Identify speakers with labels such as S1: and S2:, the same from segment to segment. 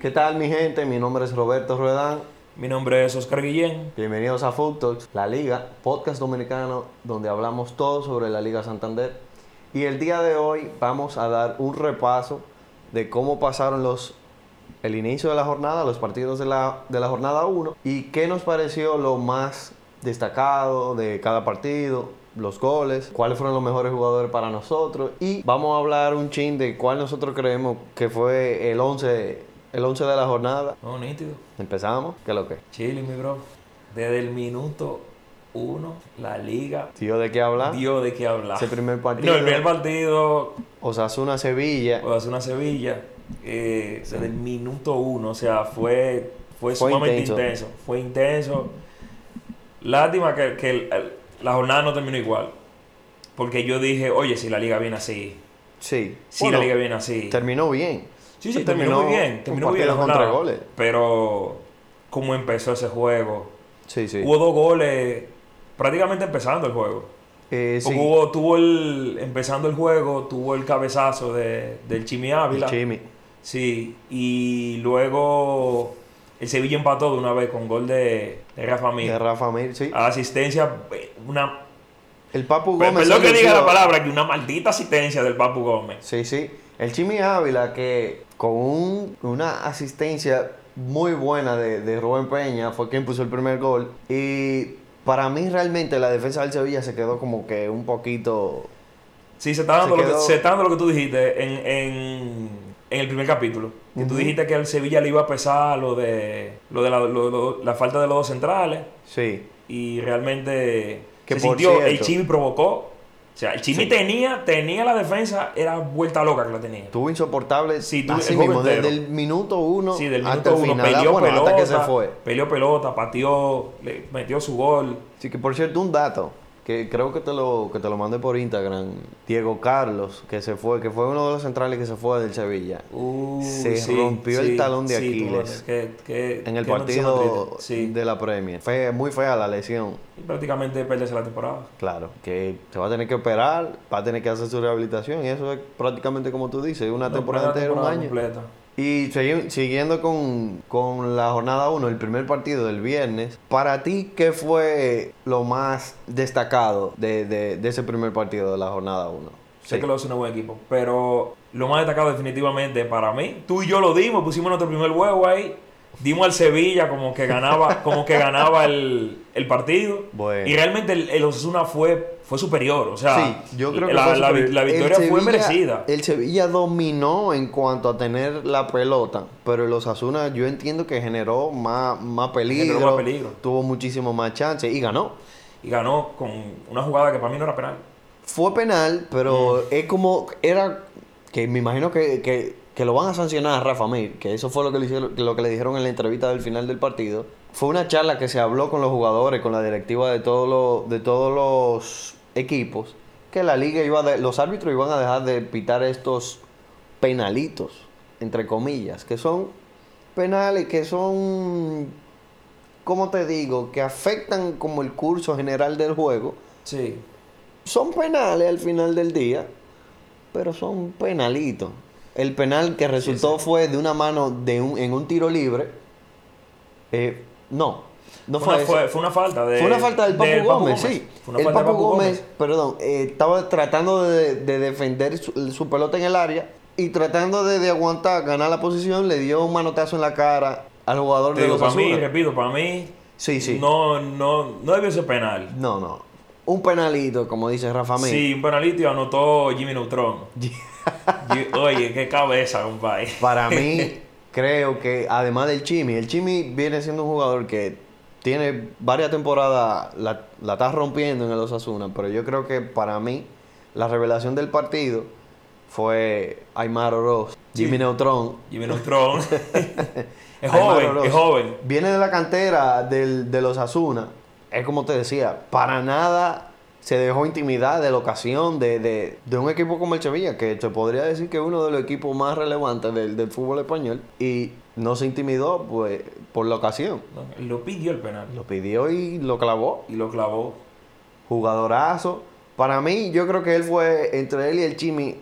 S1: ¿Qué tal mi gente? Mi nombre es Roberto Ruedán.
S2: Mi nombre es Oscar Guillén.
S1: Bienvenidos a Food Talks, la liga, podcast dominicano donde hablamos todo sobre la Liga Santander. Y el día de hoy vamos a dar un repaso de cómo pasaron los el inicio de la jornada, los partidos de la, de la jornada 1 y qué nos pareció lo más destacado de cada partido, los goles, cuáles fueron los mejores jugadores para nosotros y vamos a hablar un chin de cuál nosotros creemos que fue el 11 el 11 de la jornada.
S2: No, nítido.
S1: Empezamos, ¿qué es lo que?
S2: Chile, mi bro. Desde el minuto uno, la liga
S1: Tío, ¿de qué hablar?
S2: dio de qué hablar.
S1: Ese primer partido.
S2: No, el primer partido, pues,
S1: Osasuna Sevilla.
S2: una Sevilla, eh, desde el minuto uno, o sea, fue, fue,
S1: Fue
S2: sumamente
S1: intenso.
S2: intenso. Fue intenso. Lástima que, que el- el- la jornada no terminó igual. Porque yo dije, oye, si la liga viene así,
S1: Sí.
S2: si
S1: Bueno,
S2: la liga viene así.
S1: terminó bien.
S2: Sí, sí, terminó, muy bien. Terminó
S1: un
S2: muy bien la
S1: partido con tres
S2: jornada.
S1: goles.
S2: Pero, como empezó ese juego?
S1: Sí, sí.
S2: Hubo dos goles prácticamente empezando el juego.
S1: Eh, sí.
S2: Porque hubo- tuvo el, empezando el juego, tuvo el cabezazo de, del Chimi
S1: El
S2: Ávila.
S1: Chimi.
S2: Sí, y luego el Sevilla empató de una vez con gol de, de Rafa Mir.
S1: De Rafa Mir, sí.
S2: Asistencia, eh, una.
S1: El Papu
S2: Ah. pe-
S1: Gómez.
S2: perdón que
S1: sentenció-
S2: diga la palabra, que una maldita asistencia del Papu Gómez.
S1: Sí, sí. El Chimi Ávila que con un- una asistencia muy buena de, de Rubén Peña fue quien puso el primer gol. Y para mí realmente la defensa del Sevilla se quedó como que un poquito...
S2: Sí, se está dando,
S1: Se
S2: lo, que,
S1: quedó-
S2: se está dando lo que tú dijiste en, en, en el primer capítulo. Que tú
S1: Ujú.
S2: dijiste que al Sevilla le iba a pesar lo de, lo de la, lo- lo- la falta de los dos centrales.
S1: Sí.
S2: y realmente
S1: Que
S2: se
S1: por
S2: sintió,
S1: cierto-
S2: el Chimi provocó. O sea, el Chimi
S1: Sí.
S2: tenía, tenía la defensa, era vuelta loca que la tenía.
S1: Estuvo insoportable.
S2: Sí, tú-
S1: así
S2: el juego
S1: mismo, desde
S2: entero.
S1: el minuto uno
S2: Sí, del
S1: hasta
S2: minuto
S1: el
S2: uno
S1: final. Ah,
S2: peleó
S1: bueno,
S2: pelota,
S1: hasta que se fue.
S2: peleó pelota, pateó, le metió su gol.
S1: Así que, por cierto, un dato que creo que te lo que te lo mandé por Instagram. Diego Carlos, que se fue, que fue uno de los centrales que se fue del Sevilla.
S2: Uh,
S1: Se rompió el talón de
S2: sí, tú,
S1: Aquiles.
S2: que- que-
S1: En el
S2: que noticia más
S1: partido
S2: triste. Sí.
S1: de la Premier. Fue muy fea la lesión.
S2: Y prácticamente perderse la temporada.
S1: Claro, que se va a tener que operar, va a tener que hacer su rehabilitación y eso es prácticamente como tú dices, una temporada entera, un año.
S2: completa.
S1: Y segui- siguiendo con, con la jornada 1, el primer partido del viernes, para ti, ¿qué fue lo más destacado de, de- de ese primer partido de la jornada 1?
S2: Sé que lo hace un buen equipo, pero lo más destacado definitivamente para mí, tú y yo lo dimos, pusimos nuestro primer huevo ahí, dimos al Sevilla como que ganaba, como que ganaba el, el partido.
S1: Bueno.
S2: Y realmente el, el Osasuna fue, fue superior, o sea,
S1: Sí, yo creo que
S2: la,
S1: fue
S2: la vi-
S1: superior.
S2: la
S1: El
S2: victoria fue
S1: Sevilla-
S2: merecida.
S1: El Sevilla dominó en cuanto a tener la pelota, pero el Osasuna yo entiendo que generó más, más peligro,
S2: Generó más peligro.
S1: tuvo muchísimo más chance y ganó.
S2: Y ganó con una jugada que para mí no era penal.
S1: Fue penal, pero es como era que me imagino que, que- que lo van a sancionar a Rafa Mir, que eso fue lo que le hicieron, lo que le dijeron en la entrevista del final del partido. Fue una charla que se habló con los jugadores, con la directiva de todos los de todos los equipos, que la liga iba a de- los árbitros iban a dejar de pitar estos penalitos entre comillas, que son penales que son ¿cómo te digo? que afectan como el curso general del juego
S2: Sí.
S1: son penales al final del día, pero son penalitos. El penal que resultó fue de una mano de un, en un tiro libre. Eh, no, no fue,
S2: una,
S1: eso.
S2: fue, fue una falta de.
S1: Fue una falta del Papu,
S2: del
S1: Gómez, sí.
S2: Fue una
S1: el
S2: falta
S1: Papu
S2: del
S1: Gómez, perdón, eh, estaba tratando de, de defender su, su pelota en el área y tratando de, de aguantar, ganar la posición, le dio un manotazo en la cara al jugador
S2: Te
S1: de
S2: digo,
S1: los
S2: para mí,
S1: Asuna.
S2: repito, para mí.
S1: Sí, sí.
S2: No, no, no debió ser penal.
S1: No, no. Un penalito, como dice Rafa Mir.
S2: Sí, un penalito y anotó Jimmy Neutron. Gi- Oye, qué cabeza, compadre.
S1: Para mí, creo que además del Chimi, el Chimi viene siendo un jugador que tiene varias temporadas, la, la está rompiendo en el Osasuna, pero yo creo que para mí la revelación del partido fue Aymar Oroz, Jimmy
S2: Sí.
S1: Neutron.
S2: Jimmy Neutron. es
S1: Aymar
S2: joven,
S1: Oroz.
S2: es joven.
S1: Viene de la cantera del, de los Asuna. Es como te decía, para nada se dejó intimidad de la ocasión de, de- de un equipo como el Sevilla, que te podría decir que es uno de los equipos más relevantes del, del fútbol español. Y no se intimidó pues, por la ocasión.
S2: No, Lo pidió el penal
S1: Lo pidió y lo clavó.
S2: y lo clavó.
S1: Jugadorazo. Para mí, yo creo que él fue, entre él y el Chimi,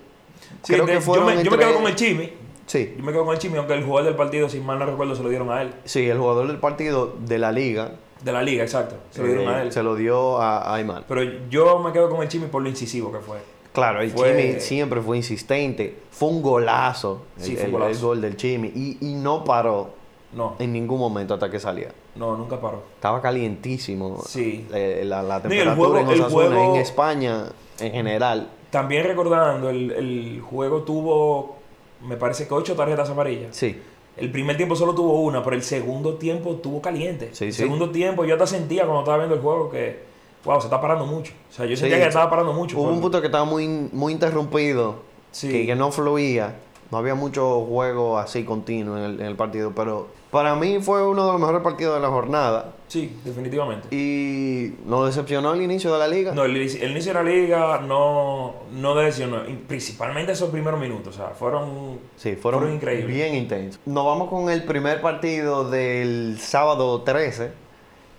S2: Sí,
S1: creo
S2: de-
S1: que
S2: yo,
S1: fueron
S2: me, yo me
S1: entre-
S2: quedo con el Jimmy.
S1: Sí.
S2: Yo me quedo con el Chimi, aunque el jugador del partido, si mal no recuerdo, se lo dieron a él.
S1: Sí, el jugador del partido de la liga
S2: De la liga, exacto. Se lo dieron
S1: eh,
S2: a él.
S1: se lo dio a, a Aymar.
S2: Pero yo me quedo con el Chimi por lo incisivo que fue.
S1: Claro, el
S2: Fue-
S1: Chimi siempre fue insistente. Fue un golazo.
S2: Sí,
S1: el,
S2: fue un
S1: el-
S2: golazo.
S1: el gol del Chimi. Y, y no paró
S2: No,
S1: en ningún momento hasta que salía.
S2: no, nunca paró.
S1: Estaba calientísimo.
S2: Sí.
S1: eh, La, la
S2: No, y el
S1: temperatura
S2: juego-
S1: en
S2: el
S1: Osasuna,
S2: juego-
S1: en España, en general.
S2: También recordando, el, el juego tuvo, me parece que ocho tarjetas amarillas.
S1: Sí.
S2: El primer tiempo solo tuvo una, pero el segundo tiempo tuvo caliente.
S1: Sí,
S2: el
S1: sí.
S2: segundo tiempo yo hasta sentía cuando estaba viendo el juego que, wow, se está parando mucho. O sea, yo
S1: Sí.
S2: sentía que estaba parando mucho.
S1: Hubo un
S2: Fue-
S1: punto que estaba muy, muy interrumpido,
S2: Sí.
S1: que, que no fluía. No había mucho juego así continuo en el, en el partido, pero para mí fue uno de los mejores partidos de la jornada.
S2: Sí, definitivamente.
S1: Y nos decepcionó el inicio de la liga.
S2: No, el, el inicio de la liga no, no decepcionó. Y Principalmente esos primeros minutos. O sea, fueron,
S1: sí, fueron,
S2: increíbles.
S1: bien intensos. Nos vamos con el primer partido del sábado 13,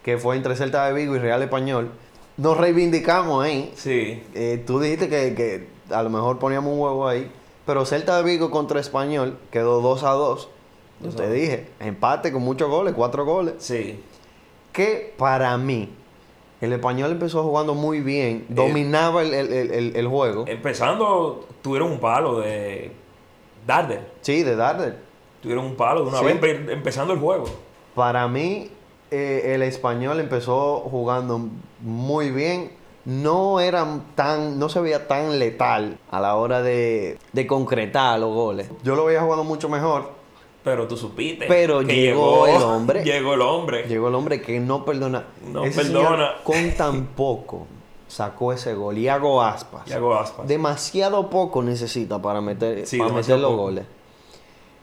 S1: que fue entre Celta de Vigo y Real Español. Nos reivindicamos ahí.
S2: Sí.
S1: Eh, tú dijiste que, que a lo mejor poníamos un huevo ahí, pero Celta de Vigo contra Español quedó 2 a 2. Yo
S2: Dos a
S1: te
S2: dos.
S1: dije, empate con muchos goles, cuatro goles.
S2: Sí.
S1: Que para mí, el Español empezó jugando muy
S2: Eh,
S1: bien, dominaba el, el- el- el- el juego.
S2: Empezando, tuvieron un palo de Darder.
S1: sí, de darle.
S2: Tuvieron un palo de una
S1: Sí.
S2: vez empe- empezando el juego.
S1: Para mí, eh, el Español empezó jugando muy bien. No era tan, no se veía tan letal a la hora de, de concretar los goles. Yo lo veía jugando mucho mejor.
S2: Pero tú supiste.
S1: Pero llegó el hombre.
S2: Llegó el hombre.
S1: Llegó el hombre que no perdona.
S2: No
S1: señor
S2: perdona.
S1: con tan poco sacó ese gol. Y hago aspas.
S2: Y hago aspas.
S1: Demasiado poco necesita para meter,
S2: Sí,
S1: para meter
S2: demasiado
S1: los
S2: poco.
S1: goles.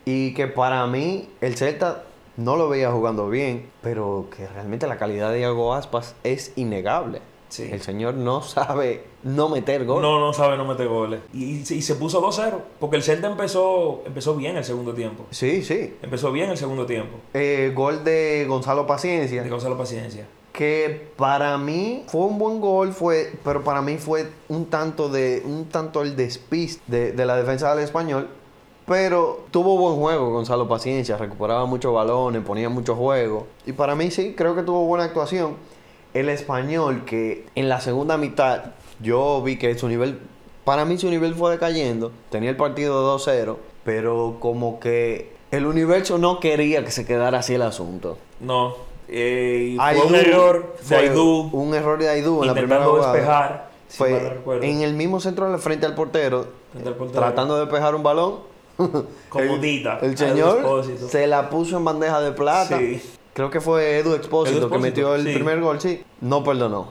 S1: Y que para mí el Celta no lo veía jugando bien, pero que realmente la calidad de Iago Aspas es innegable.
S2: Sí.
S1: El señor no sabe no meter gol.
S2: No, no sabe no meter goles. Y, y se- y se puso 2-0. Porque el Celta empezó, empezó bien el segundo tiempo.
S1: Sí, sí.
S2: Empezó bien el segundo tiempo.
S1: Eh, gol de Gonzalo Paciencia.
S2: De Gonzalo Paciencia.
S1: que para mí fue un buen gol, fue, pero para mí fue un tanto de un tanto el despiste de, de la defensa del español. Pero tuvo buen juego Gonzalo Paciencia, recuperaba muchos balones, ponía mucho juego. Y para mí sí, creo que tuvo buena actuación. El español que en la segunda mitad yo vi que su nivel, para mí su nivel fue decayendo, tenía el partido 2-0, pero como que el universo no quería que se quedara así el asunto.
S2: No. Eh, y fue
S1: Aidú,
S2: un error de
S1: fue
S2: Aidú.
S1: Un error de Aidú en la primera
S2: intentando
S1: jugada.
S2: despejar. si mal no
S1: Fue
S2: recuerdo.
S1: en el mismo centro de la frente al portero,
S2: Frente al portero.
S1: tratando de despejar un balón.
S2: Como
S1: el,
S2: Dita,
S1: El
S2: a Edu
S1: señor
S2: Expósito.
S1: se la puso en bandeja de plata.
S2: Sí.
S1: Creo que fue Edu Expósito,
S2: Edu
S1: que
S2: Expósito,
S1: metió el
S2: sí.
S1: primer gol, sí. No perdonó.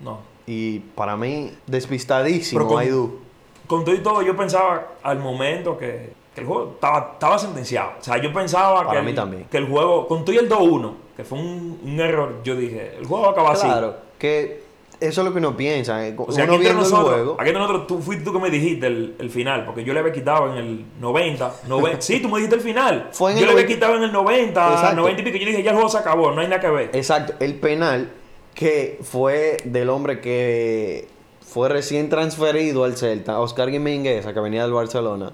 S2: No.
S1: Y para mí, despistadísimo
S2: Pero con-
S1: Aidú.
S2: Con todo y todo, yo pensaba al momento que, que el juego estaba, estaba sentenciado. O sea, yo pensaba que
S1: Para mí
S2: el,
S1: también.
S2: que el juego, con todo y el 2-1, que fue un, un error, yo dije, el juego va a acabar
S1: Claro,
S2: así.
S1: que eso es lo que uno piensa. eh.
S2: Ah, O sea,
S1: uno
S2: aquí entre
S1: viendo el
S2: nosotros,
S1: juego.
S2: aquí entre nosotros, tú fuiste tú que me dijiste el, el final, porque yo le había quitado en el 90. nove- sí, tú me dijiste el final.
S1: Fue en
S2: yo
S1: el
S2: le había
S1: 90.
S2: quitado en el 90,
S1: Exacto. Eh,
S2: 90 y pico. Yo dije, ya el juego se acabó, no hay nada que ver.
S1: Exacto, el penal que fue del hombre que fue recién transferido al Celta, Oscar Guimingueza, que venía del Barcelona.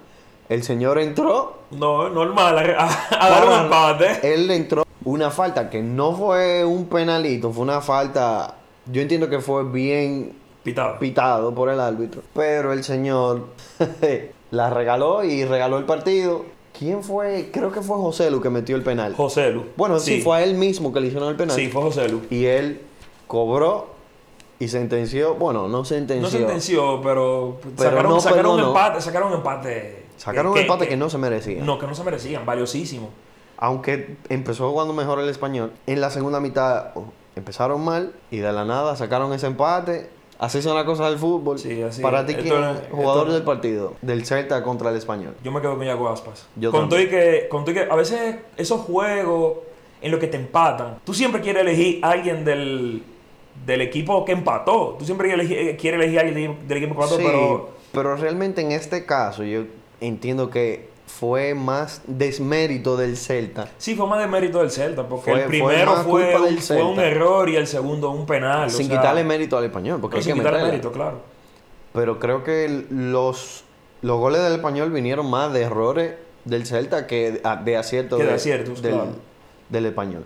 S1: El señor entró.
S2: No, normal, a, a- a dar un
S1: para- Eh,
S2: empate.
S1: Él entró una falta que no fue un penalito, fue una falta. Yo entiendo que fue bien
S2: Pitado.
S1: pitado por el árbitro, pero el señor la regaló y regaló el partido. ¿Quién fue? Creo que fue José Lu que metió el penal.
S2: José Lu.
S1: Bueno, sí. fue a él mismo que le hicieron el penal.
S2: Sí, fue José Lu.
S1: Y él cobró y sentenció. Bueno, no sentenció.
S2: No sentenció, pero,
S1: Pero
S2: sacaron,
S1: no
S2: sacaron un
S1: perdonó.
S2: empate, sacaron un empate.
S1: Sacaron un empate que, no se merecía.
S2: No, que no se merecían, valiosísimo.
S1: Aunque empezó jugando mejor el español. En la segunda mitad oh, empezaron mal y de la nada sacaron ese empate. Así son las cosas del fútbol.
S2: Sí, así
S1: Para
S2: es.
S1: ti,
S2: Esto
S1: ¿quién
S2: no-
S1: es jugador
S2: esto-
S1: del partido? Del Celta contra el español.
S2: Yo me quedo con Iago Aspas.
S1: Yo
S2: con todo y
S1: también.
S2: que, con todo y que a veces esos juegos en los que te empatan, tú siempre quieres elegir a alguien del, del equipo que empató. Tú siempre quieres elegir, eh, quieres elegir a alguien del- del equipo que empató,
S1: Sí,
S2: pero
S1: pero realmente en este caso yo entiendo que fue más desmérito del Celta.
S2: sí fue más de mérito del Celta, porque
S1: Fue-
S2: el
S1: fue
S2: primero
S1: más
S2: fue,
S1: culpa
S2: un,
S1: del
S2: fue un
S1: Celta.
S2: error y el segundo un penal. o
S1: sin
S2: sea,
S1: quitarle mérito al español, porque
S2: no,
S1: hay
S2: sin
S1: que
S2: quitarle
S1: meterla.
S2: mérito, claro.
S1: Pero creo que el- los, los goles del español vinieron más de errores del Celta que a- de acierto,
S2: Que de
S1: de-
S2: aciertos,
S1: del,
S2: claro.
S1: del español.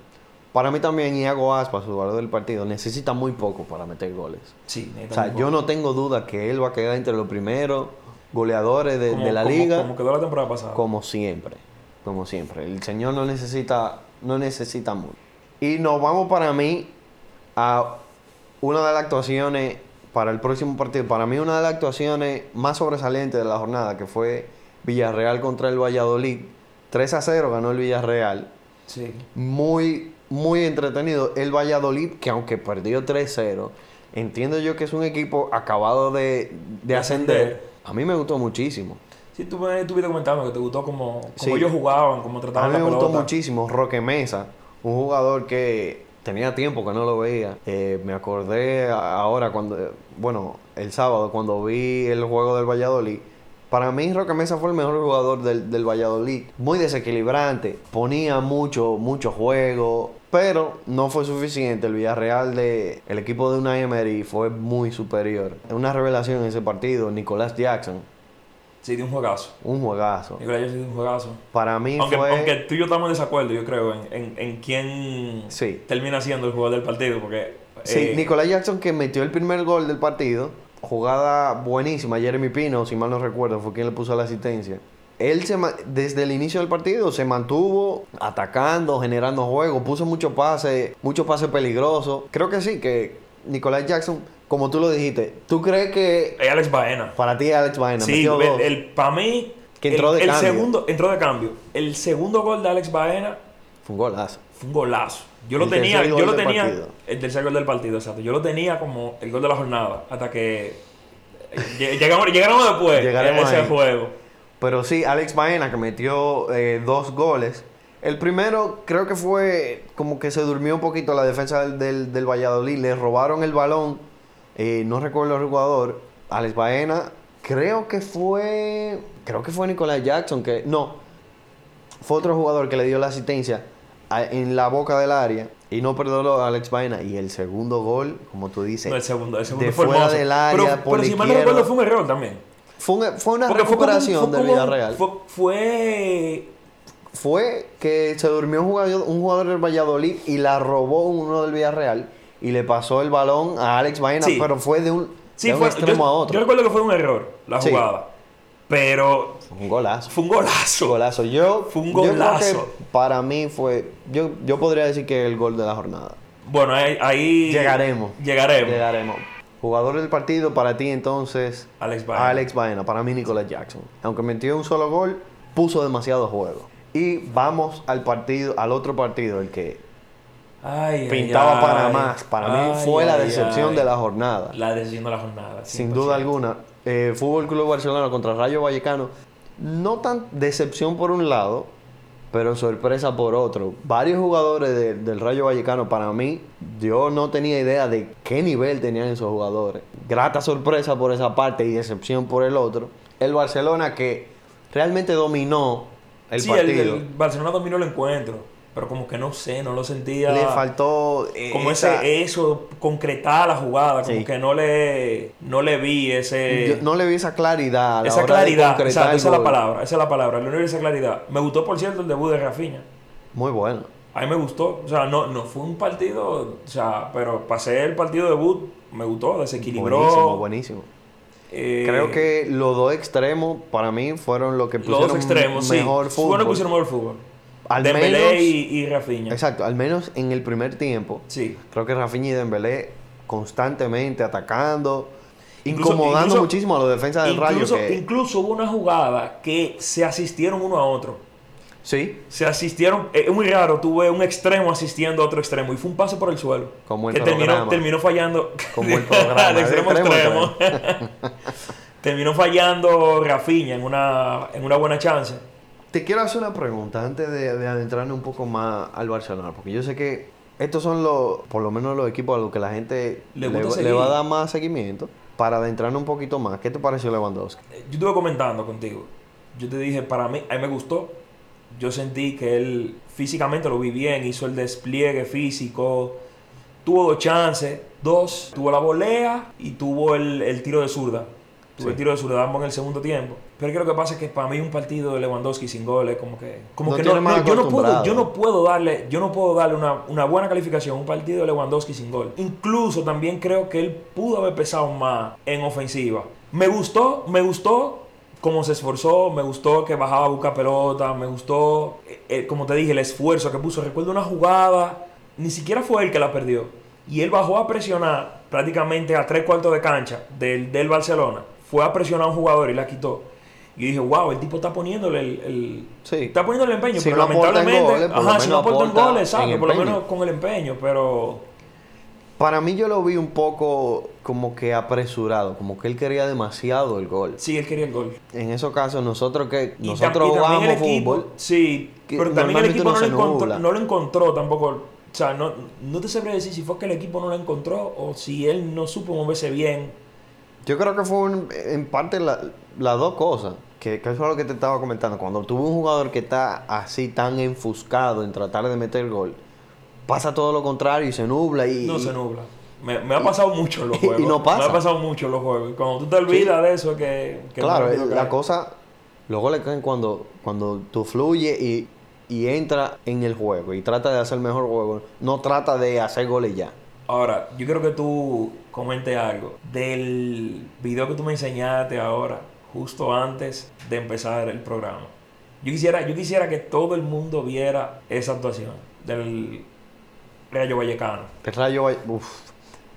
S1: Para mí también Iago Aspas, jugador del partido, necesita muy poco para meter goles.
S2: Sí,
S1: O sea, yo no tengo duda que él va a quedar entre los primeros goleadores de, de la liga,
S2: Como quedó la temporada pasada.
S1: como siempre, como siempre. El señor no necesita, no necesita mucho. Y nos vamos para mí a una de las actuaciones para el próximo partido. Para mí una de las actuaciones más sobresalientes de la jornada, que fue Villarreal contra el Valladolid. 3 a 0 ganó el Villarreal
S2: Sí.
S1: muy, muy entretenido. El Valladolid, que aunque perdió 3-0, entiendo yo que es un equipo acabado de, de ascender. A mí me gustó muchísimo.
S2: Sí, tú me estuviste comentando que te gustó como, como
S1: Sí.
S2: ellos jugaban, cómo
S1: A
S2: trataban
S1: mí me
S2: la
S1: gustó
S2: pelota.
S1: muchísimo Roque Mesa, un jugador que tenía tiempo que no lo veía. Eh, me acordé a- ahora cuando, eh, bueno, el sábado cuando vi el juego del Valladolid. Para mí Roque Mesa fue el mejor jugador del, del Valladolid. Muy desequilibrante, ponía mucho, mucho juego, pero no fue suficiente. El Villarreal de el equipo de Unai Emery fue muy superior. Una revelación en ese partido, Nicolás Jackson,
S2: Sí, de un juegazo.
S1: un juegazo.
S2: Nicolás Jackson dio un juegazo.
S1: Para mí
S2: Aunque,
S1: fue
S2: aunque tú y yo estamos en desacuerdo, yo creo, en, en, en quién
S1: Sí.
S2: termina siendo el jugador del partido, porque...
S1: Sí,
S2: eh,
S1: Nicolás Jackson que metió el primer gol del partido. Jugada buenísima. Jeremy Pino, si mal no recuerdo, fue quien le puso la asistencia. Él se ma- desde el inicio del partido se mantuvo atacando, generando juego, puso muchos pases, muchos pases peligrosos. Creo que sí, que Nicolás Jackson, como tú lo dijiste, ¿tú crees que
S2: eh, Alex Baena.
S1: para ti Alex Baena
S2: Sí,
S1: metió dos?
S2: el, para mí...
S1: Que entró
S2: el-
S1: de
S2: el
S1: cambio.
S2: Segundo, entró de cambio. El segundo gol de Alex Baena
S1: Fue un golazo.
S2: fue un golazo. Yo lo
S1: El
S2: tenía,
S1: tercer
S2: yo
S1: gol
S2: lo
S1: del
S2: tenía,
S1: partido.
S2: el tercer gol del partido, exacto. Yo lo tenía como el gol de la jornada, hasta que eh, lle- llegamos, llegaron después
S1: Llegaremos
S2: ese
S1: ahí.
S2: juego.
S1: Pero sí, Alex Baena que metió eh, dos goles. El primero creo que fue como que se durmió un poquito la defensa del, del- del Valladolid. Le robaron el balón. eh, no recuerdo el jugador. Alex Baena, creo que fue. Creo que fue Nicolás Jackson que. No. Fue otro jugador que le dio la asistencia a- en la boca del área. Y no perdonó a Alex Baena. Y el segundo gol, como tú dices.
S2: No, el segundo, el segundo
S1: De
S2: fue
S1: fuera
S2: hermoso.
S1: del área,
S2: pero,
S1: por
S2: pero
S1: la
S2: si mal no
S1: izquierda.
S2: recuerdo fue un error también.
S1: Fue, un- fue una
S2: Porque fue como-
S1: recuperación
S2: fue
S1: de
S2: como-
S1: Villarreal.
S2: Fue, fue-
S1: fue que se durmió un jugador, un jugador del Valladolid y la robó uno del Villarreal y le pasó el balón a Alex Baena,
S2: Sí.
S1: pero fue de un,
S2: sí,
S1: de un
S2: fue-
S1: extremo
S2: yo,
S1: a
S2: yo
S1: otro.
S2: recuerdo que fue un error la
S1: Sí.
S2: jugada, pero
S1: Un golazo.
S2: fue un golazo.
S1: Un golazo. Yo,
S2: Fue un
S1: yo creo que
S2: golazo.
S1: para mí fue. Yo, yo podría decir que el gol de la jornada.
S2: Bueno, ahí, ahí-
S1: Llegaremos.
S2: Llegaremos.
S1: Llegaremos. Jugador del partido para ti entonces.
S2: Alex Baena.
S1: Alex Baena. Para mí Nicolás Jackson. Aunque metió un solo gol, puso demasiado juego. Y vamos al partido, al otro partido, el que
S2: Ay, ay,
S1: pintaba
S2: ay.
S1: para más. Para mí
S2: Ay,
S1: fue la
S2: ay,
S1: decepción
S2: ay.
S1: de la jornada.
S2: La pues decisión de la jornada.
S1: sin duda alguna. Eh, Fútbol Club Barcelona contra Rayo Vallecano. No tan decepción por un lado, pero sorpresa por otro. Varios jugadores de- del Rayo Vallecano, para mí, yo no tenía idea de qué nivel tenían esos jugadores. Grata sorpresa por esa parte y decepción por el otro. El Barcelona que realmente dominó el
S2: sí,
S1: partido.
S2: El, el Barcelona dominó el encuentro, pero como que no sé, no lo sentía.
S1: Le faltó eh,
S2: como
S1: esa-
S2: ese eso concretar la jugada, como
S1: Sí.
S2: que no le no le vi ese
S1: yo no le vi esa claridad. a la
S2: Eh, esa
S1: hora de
S2: claridad,
S1: concretar
S2: exacto,
S1: el
S2: esa es la
S1: gol.
S2: palabra, esa es la palabra, no le vi esa claridad. Me gustó por cierto el debut de Rafinha.
S1: Muy bueno.
S2: A mí me gustó, o sea, no, no fue un partido, o sea, pero pasé el partido debut, me gustó, desequilibró.
S1: Buenísimo, buenísimo.
S2: eh,
S1: Creo que los dos extremos para mí fueron los que
S2: los
S1: pusieron
S2: dos extremos,
S1: mejor
S2: sí.
S1: fútbol.
S2: Bueno, pusieron mejor fútbol.
S1: Al
S2: Dembélé
S1: menos-
S2: y, y Rafinha.
S1: Exacto, al menos en el primer tiempo.
S2: Sí.
S1: Creo que Rafinha y Dembélé constantemente atacando,
S2: Incluso-
S1: incomodando
S2: incluso-
S1: muchísimo a los defensas del
S2: Incluso,
S1: Rayo. que-
S2: incluso hubo una jugada que se asistieron uno a otro.
S1: sí,
S2: Se asistieron, eh, es muy raro, tuve un extremo asistiendo a otro extremo y fue un pase por el suelo.
S1: Como el
S2: que terminó,
S1: programa.
S2: terminó fallando.
S1: Como el programa,
S2: de extremo a
S1: de extremo a
S2: extremo. terminó fallando Rafinha en una, en una buena chance.
S1: Te quiero hacer una pregunta antes de, de adentrarnos un poco más al Barcelona, porque yo sé que estos son los, por lo menos los equipos a los que la gente
S2: Le
S1: le,
S2: gusta
S1: va- le
S2: seguir.
S1: va a dar más seguimiento. Para adentrarnos un poquito más, ¿qué te pareció Lewandowski?
S2: Eh, Yo estuve comentando contigo. Yo te dije, para mí, a mí me gustó. Yo sentí que él físicamente lo vi bien, hizo el despliegue físico, tuvo dos chances, dos, tuvo la volea y tuvo el, el tiro de zurda. Tuve tiro de Zuledambo en el segundo tiempo. Pero es que lo que pasa es que para mí un partido de Lewandowski sin goles, como que. Como
S1: No
S2: que
S1: tiene más
S2: yo no puedo,
S1: acostumbrado.
S2: yo no puedo darle, yo no puedo darle una, una buena calificación a un partido de Lewandowski sin gol. Incluso también creo que él pudo haber pesado más en ofensiva. Me gustó, me gustó cómo se esforzó, me gustó que bajaba a buscar pelota, me gustó, eh, eh, como te dije, el esfuerzo que puso. Recuerdo una jugada, ni siquiera fue él que la perdió. Y él bajó a presionar prácticamente a tres cuartos de cancha del, del Barcelona. Fue a presionar a un jugador y la quitó. Y dije, wow, el tipo está poniéndole el, el-
S1: Sí.
S2: está poniéndole el empeño,
S1: Si
S2: pero
S1: no aporta en
S2: lamentablemente,
S1: goles, por lo
S2: ajá, si no
S1: menos
S2: aporta en
S1: aporta
S2: goles,
S1: en
S2: exacto, por lo
S1: empeño.
S2: menos con el empeño, pero
S1: Para mí yo lo vi un poco como que apresurado, como que él quería demasiado el gol.
S2: sí, él quería el gol.
S1: En esos casos nosotros que
S2: Y tam-
S1: nosotros
S2: y también
S1: jugamos
S2: el equipo,
S1: fútbol,
S2: Sí,
S1: que
S2: pero también
S1: normalmente
S2: el equipo no,
S1: uno
S2: lo
S1: se
S2: encontró,
S1: nubla.
S2: no lo encontró tampoco. O sea, no, no te sabré decir si fue que el equipo no lo encontró o si él no supo moverse bien.
S1: yo creo que fue un- en parte la- las dos cosas. Que, que eso es lo que te estaba comentando. Cuando tuve un jugador que está así tan enfuscado en tratar de meter el gol, pasa todo lo contrario y se nubla y...
S2: No se nubla. Me, me ha pasado mucho en los
S1: y
S2: juegos.
S1: no
S2: Me
S1: pasa.
S2: ha pasado mucho en los juegos. Y Cuando tú te olvidas de eso, que. que
S1: claro,
S2: no- no
S1: la
S2: cae.
S1: cosa... Los goles caen cuando, cuando tú fluye y, y entra en el juego y trata de hacer mejor juego. No trata de hacer goles ya.
S2: Ahora, yo quiero que tú comentes algo del video que tú me enseñaste ahora, justo antes de empezar el programa. Yo quisiera, yo quisiera que todo el mundo viera esa actuación del Rayo Vallecano.
S1: El Rayo Valle- uf.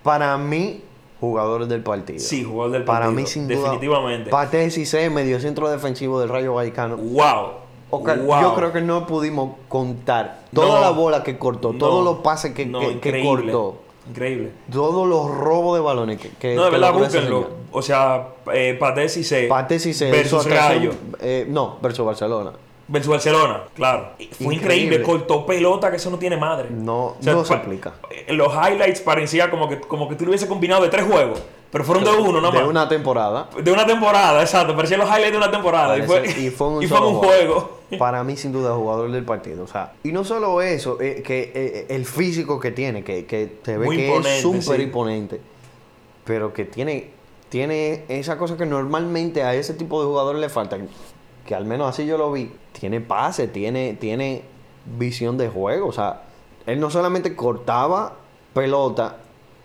S1: Para mí, jugadores del partido.
S2: Sí, jugador del partido.
S1: Para mí, sin duda.
S2: Definitivamente.
S1: Pate C, medio centro defensivo del Rayo Vallecano.
S2: Wow.
S1: Oscar,
S2: wow.
S1: Yo creo que no pudimos contar toda
S2: No.
S1: la bola que cortó,
S2: No.
S1: todos los pases que,
S2: No,
S1: que- que
S2: increíble.
S1: cortó, Eh,
S2: Increíble.
S1: todos los robos de balones que, que
S2: No, de
S1: que
S2: verdad,
S1: logró ese
S2: búsquenlo.
S1: señor.
S2: O sea, eh, Paté Cissé
S1: Pate Cissé,
S2: versus
S1: su actuación,
S2: Rayo.
S1: eh, no, versus Barcelona.
S2: Versus Barcelona, claro. Fue increíble.
S1: Increíble.
S2: cortó pelota que eso no tiene madre.
S1: No-
S2: O sea,
S1: no se
S2: pa-
S1: aplica.
S2: eh, Los highlights parecía como que, como que tú lo hubiese combinado de tres juegos, pero fueron de uno nomás.
S1: De una temporada.
S2: De una temporada, exacto. Parecían los highlights de una temporada. Y fue,
S1: Parece- y fue en un
S2: y fue en
S1: solo
S2: un
S1: juego.
S2: juego.
S1: Para mí, sin duda, jugador del partido. O sea, y no solo eso, eh, que eh, el físico que tiene, que, que se ve
S2: Muy
S1: que
S2: imponente,
S1: es súper
S2: sí.
S1: imponente, pero que tiene, tiene esa cosa que normalmente a ese tipo de jugadores le falta, que al menos así yo lo vi. Tiene pase, tiene, tiene visión de juego. O sea, él no solamente cortaba pelota,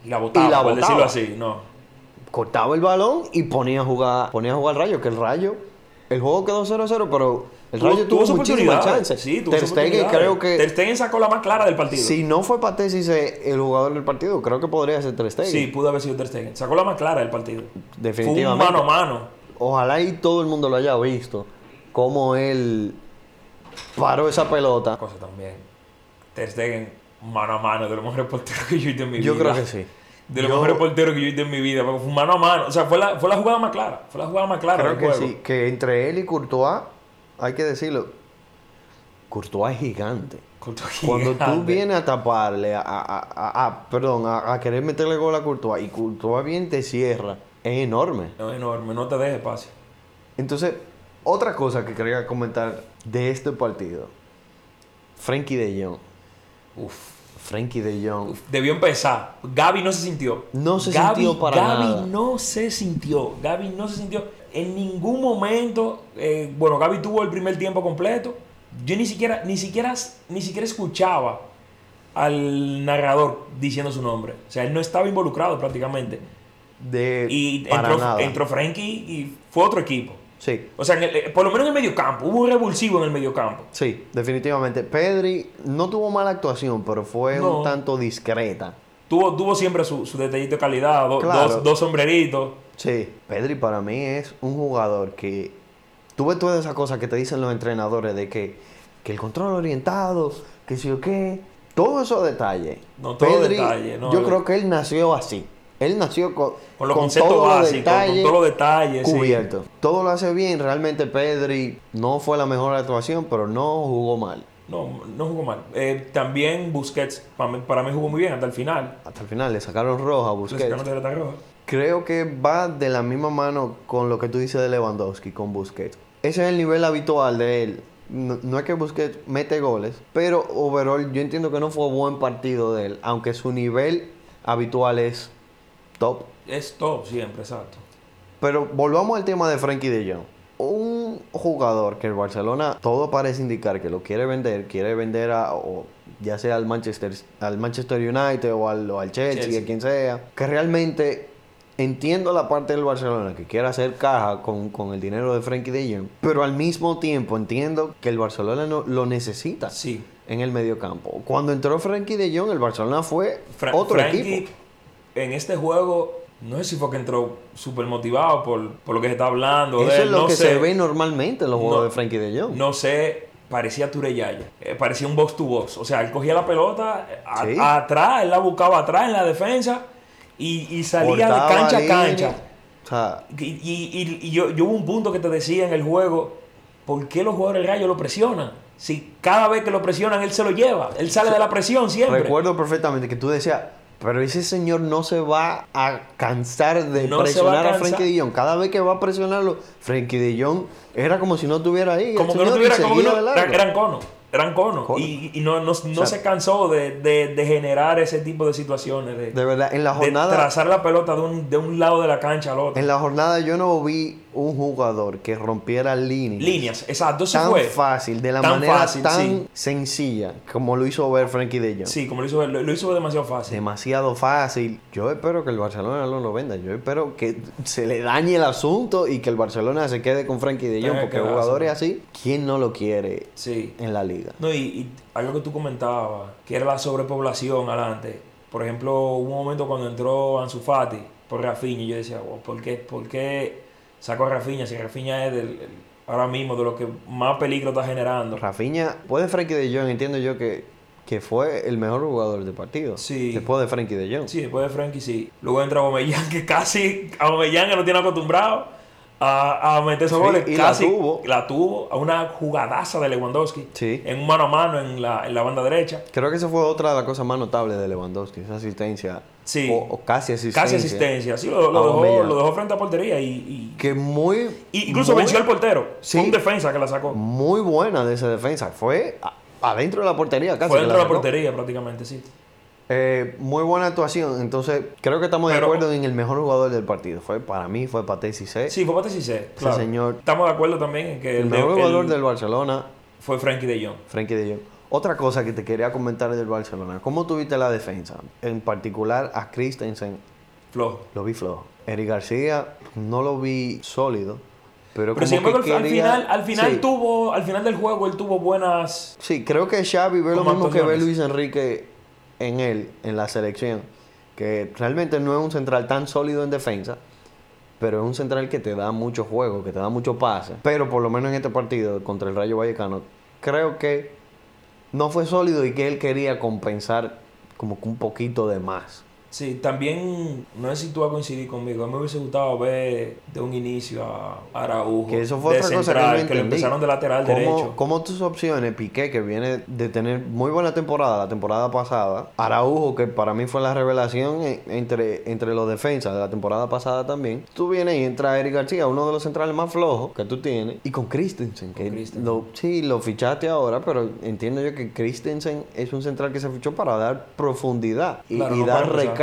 S2: Y la botaba,
S1: Y la
S2: por decirlo
S1: botaba.
S2: así. No.
S1: cortaba el balón y ponía a jugar, ponía a jugar al Rayo, que el Rayo, el juego quedó 0-0, pero el
S2: Tuvo-
S1: Rayo tuvo,
S2: sus
S1: muchísimas
S2: oportunidades.
S1: chances.
S2: Sí, tuvo
S1: Ter
S2: sus
S1: Stegen creo
S2: oportunidades.
S1: que
S2: Ter Stegen sacó la más clara del partido.
S1: si no fue Paté si se- el jugador del partido, creo que podría ser Ter Stegen.
S2: Sí, pudo haber sido Ter Stegen. Sacó la más clara del partido.
S1: Definitivamente.
S2: Fue un mano a mano.
S1: Ojalá y todo el mundo lo haya visto cómo él paró esa pelota.
S2: Cosa también. Ter Stegen, mano a mano, de los mejores porteros que yo he visto en mi
S1: Yo
S2: vida.
S1: creo que sí.
S2: De los
S1: Yo-
S2: mejores porteros que yo he visto en mi vida. porque Fue mano a mano. O sea, fue la, fue la jugada más clara. Fue la jugada más clara
S1: Creo
S2: del
S1: que
S2: juego.
S1: sí, que entre él y Courtois, hay que decirlo, Courtois es gigante.
S2: Cortó
S1: Cuando tú
S2: gigante.
S1: vienes a taparle, a, a- a- a- perdón, a, a querer meterle gol a Courtois y Courtois bien te cierra, es enorme.
S2: No, es enorme, no te dejes espacio.
S1: Entonces, otra cosa que quería comentar de este partido. Frankie de Jong.
S2: Uf.
S1: Frankie de Jong.
S2: Debió empezar. Gaby no se sintió.
S1: No se
S2: Gaby-
S1: sintió para
S2: Gaby
S1: nada.
S2: no se sintió. Gaby no se sintió. En ningún momento. eh, bueno, Gaby tuvo el primer tiempo completo. Yo ni siquiera, ni siquiera, ni siquiera escuchaba al narrador diciendo su nombre. O sea, él no estaba involucrado prácticamente.
S1: De,
S2: Y
S1: para
S2: entró,
S1: nada.
S2: entró Frankie y fue otro equipo.
S1: Sí,
S2: O sea, en el- eh, por lo menos en el mediocampo. Hubo un revulsivo en el mediocampo.
S1: sí, definitivamente. Pedri no tuvo mala actuación, pero fue
S2: No.
S1: un tanto discreta.
S2: Tuvo, tuvo siempre su, su detallito de calidad, do-
S1: Claro.
S2: dos, dos sombreritos.
S1: Sí, Pedri para mí es un jugador que tú ves todas esas cosas que te dicen los entrenadores de que, que el control orientado, que sí o qué, todos esos detalles.
S2: No, todo detalle, no,
S1: yo
S2: el-
S1: creo que él nació así. Él nació con,
S2: Con los
S1: con
S2: conceptos
S1: todos los
S2: básicos, con
S1: detalles
S2: todos los detalles. sí.
S1: cubiertos. Todo lo hace bien, realmente Pedri no fue la mejor actuación, pero no jugó mal.
S2: No, no jugó mal. Eh, también Busquets, pa- para mí, jugó muy bien hasta el final.
S1: Hasta el final le sacaron roja a
S2: Le
S1: Busquets.
S2: sacaron tarjeta roja.
S1: Creo que va de la misma mano con lo que tú dices de Lewandowski, con Busquets. Ese es el nivel habitual de él. No, no es que Busquets mete goles, pero overall yo entiendo que no fue buen partido de él, aunque su nivel habitual es top.
S2: Es top siempre, exacto.
S1: Pero volvamos al tema de Frankie de Jong. Un jugador que el Barcelona todo parece indicar que lo quiere vender, quiere vender a, o ya sea al Manchester, al Manchester United o al, o al Chelsea,
S2: Chelsea.
S1: a quien sea, que realmente entiendo la parte del Barcelona que quiere hacer caja con, con el dinero de Frankie de Jong, pero al mismo tiempo entiendo que el Barcelona no, lo necesita
S2: Sí.
S1: en el mediocampo. Cuando entró Frankie de Jong, el Barcelona fue
S2: Fra-
S1: otro
S2: Frankie,
S1: equipo.
S2: en este juego, no sé si fue que entró súper motivado por, por lo que se está hablando. de
S1: Eso
S2: él,
S1: es lo
S2: no
S1: que
S2: sé.
S1: se ve normalmente en los juegos
S2: No.
S1: de Frankie de Jong.
S2: No sé, parecía Tureyaya. Eh, parecía un box to box. O sea, él cogía la pelota a-
S1: Sí.
S2: atrás, él la buscaba atrás en la defensa y, y salía
S1: Cortaba
S2: de cancha a
S1: línea.
S2: cancha.
S1: O sea,
S2: Y, y- y- y yo, yo hubo un punto que te decía en el juego, ¿por qué los jugadores del Rayo lo presionan? Si cada vez que lo presionan, él se lo lleva. Él sale de la presión siempre.
S1: recuerdo perfectamente que tú decías, pero ese señor no se va a cansar de
S2: No se
S1: presionar
S2: va
S1: a
S2: a
S1: Frankie
S2: cansar.
S1: de Jong. Cada vez que va a presionarlo, Frankie de Jong era como si no estuviera ahí. el
S2: como que no
S1: señor, y
S2: tuviera como que
S1: seguía
S2: no-
S1: de largo.
S2: eran, eran conos eran conos
S1: Conos.
S2: y, y no, no, no
S1: sea,
S2: se cansó de, de- de generar ese tipo de situaciones de,
S1: De verdad, en la
S2: de
S1: jornada
S2: trazar la pelota de un, de un lado de la cancha al otro
S1: en la jornada yo no vi un jugador que rompiera líneas.
S2: líneas exacto se
S1: Tan
S2: fue
S1: fácil, de la
S2: Tan
S1: manera
S2: fácil,
S1: tan
S2: sí.
S1: sencilla como lo hizo ver Frankie de Jong.
S2: sí como lo hizo lo, lo hizo demasiado fácil
S1: demasiado fácil. Yo espero que el Barcelona no lo venda. Yo espero que se le dañe el asunto y que el Barcelona se quede con Frankie de Jong,
S2: Tenga
S1: porque
S2: que
S1: jugadores así, ¿quién no lo quiere
S2: sí
S1: en la liga?
S2: No, y, y algo que tú comentabas, que era la sobrepoblación adelante. Por ejemplo, hubo un momento cuando entró Ansu Fati por Rafinha, y yo decía, "Wow, ¿por qué, por qué sacó a Rafinha? Si Rafinha es del, el- ahora mismo de lo que más peligro está generando.
S1: Rafinha, puede Frankie de Jong, entiendo yo que, que fue el mejor jugador del partido.
S2: Sí.
S1: Después de Frankie de Jong.
S2: Sí, después de Frankie, sí. Luego entra Omeyán, que casi, a Omeyán que no tiene acostumbrado a, a meter esos
S1: Sí,
S2: goles.
S1: y la
S2: casi
S1: tuvo.
S2: La tuvo a una jugadaza de Lewandowski.
S1: Sí.
S2: En un mano a mano en la, en la banda derecha.
S1: Creo que esa fue otra de las cosas más notables de Lewandowski, esa asistencia.
S2: Sí.
S1: O, o casi asistencia.
S2: Casi asistencia. Sí, lo, lo
S1: A
S2: dejó,
S1: Aubameyang.
S2: lo dejó frente a portería y, y-
S1: Que muy.
S2: y incluso
S1: muy-
S2: venció al portero.
S1: Sí.
S2: Fue un defensa que la sacó.
S1: Muy buena de esa defensa. Fue a- adentro de la portería, casi.
S2: Fue
S1: que
S2: dentro de la
S1: sacó.
S2: portería prácticamente, sí.
S1: Eh, muy buena actuación, entonces creo que estamos de
S2: Pero-
S1: acuerdo en el mejor jugador del partido. Fue para mí fue Paté Cissé,
S2: Sí, fue para Cissé, claro.
S1: señor.
S2: Estamos de acuerdo también en que
S1: el
S2: el-
S1: mejor
S2: el-
S1: jugador del Barcelona,
S2: fue Frankie de Jong.
S1: Frenkie de Jong. Otra cosa que te quería comentar del Barcelona, ¿cómo tuviste la defensa? En particular a Christensen
S2: Flojo.
S1: lo vi flojo. Eric García no lo vi sólido, pero,
S2: Pero
S1: como
S2: sin embargo, al,
S1: que
S2: al
S1: quería-
S2: final, al final
S1: sí,
S2: tuvo, al final del juego, él tuvo buenas.
S1: Sí, creo que Xavi ve lo
S2: Como
S1: mismo que ve
S2: actuaciones.
S1: Luis Enrique en él, en la selección. Que realmente no es un central tan sólido en defensa, pero es un central que te da mucho juego, que te da mucho pase. Pero por lo menos en este partido contra el Rayo Vallecano, creo que no fue sólido y que él quería compensar como que un poquito de más.
S2: Sí, también, no sé si tú vas a coincidir conmigo, a mí me hubiese gustado ver de un inicio a Araujo.
S1: Que eso fue
S2: de
S1: otra cosa que
S2: central,
S1: no
S2: que lo
S1: entendí.
S2: empezaron de lateral
S1: ¿Cómo-
S2: derecho.
S1: cómo tus opciones, Piqué, que viene de tener muy buena temporada, la temporada pasada, Araujo, que para mí fue la revelación en- entre, entre los defensas de la temporada pasada también, tú vienes y entra Eric García, uno de los centrales más flojos que tú tienes, y con Christensen, que
S2: Christensen.
S1: Lo, sí, lo fichaste ahora, pero entiendo yo que Christensen es un central que se fichó para dar profundidad y,
S2: Claro,
S1: y
S2: no para
S1: dar recambio
S2: empezar.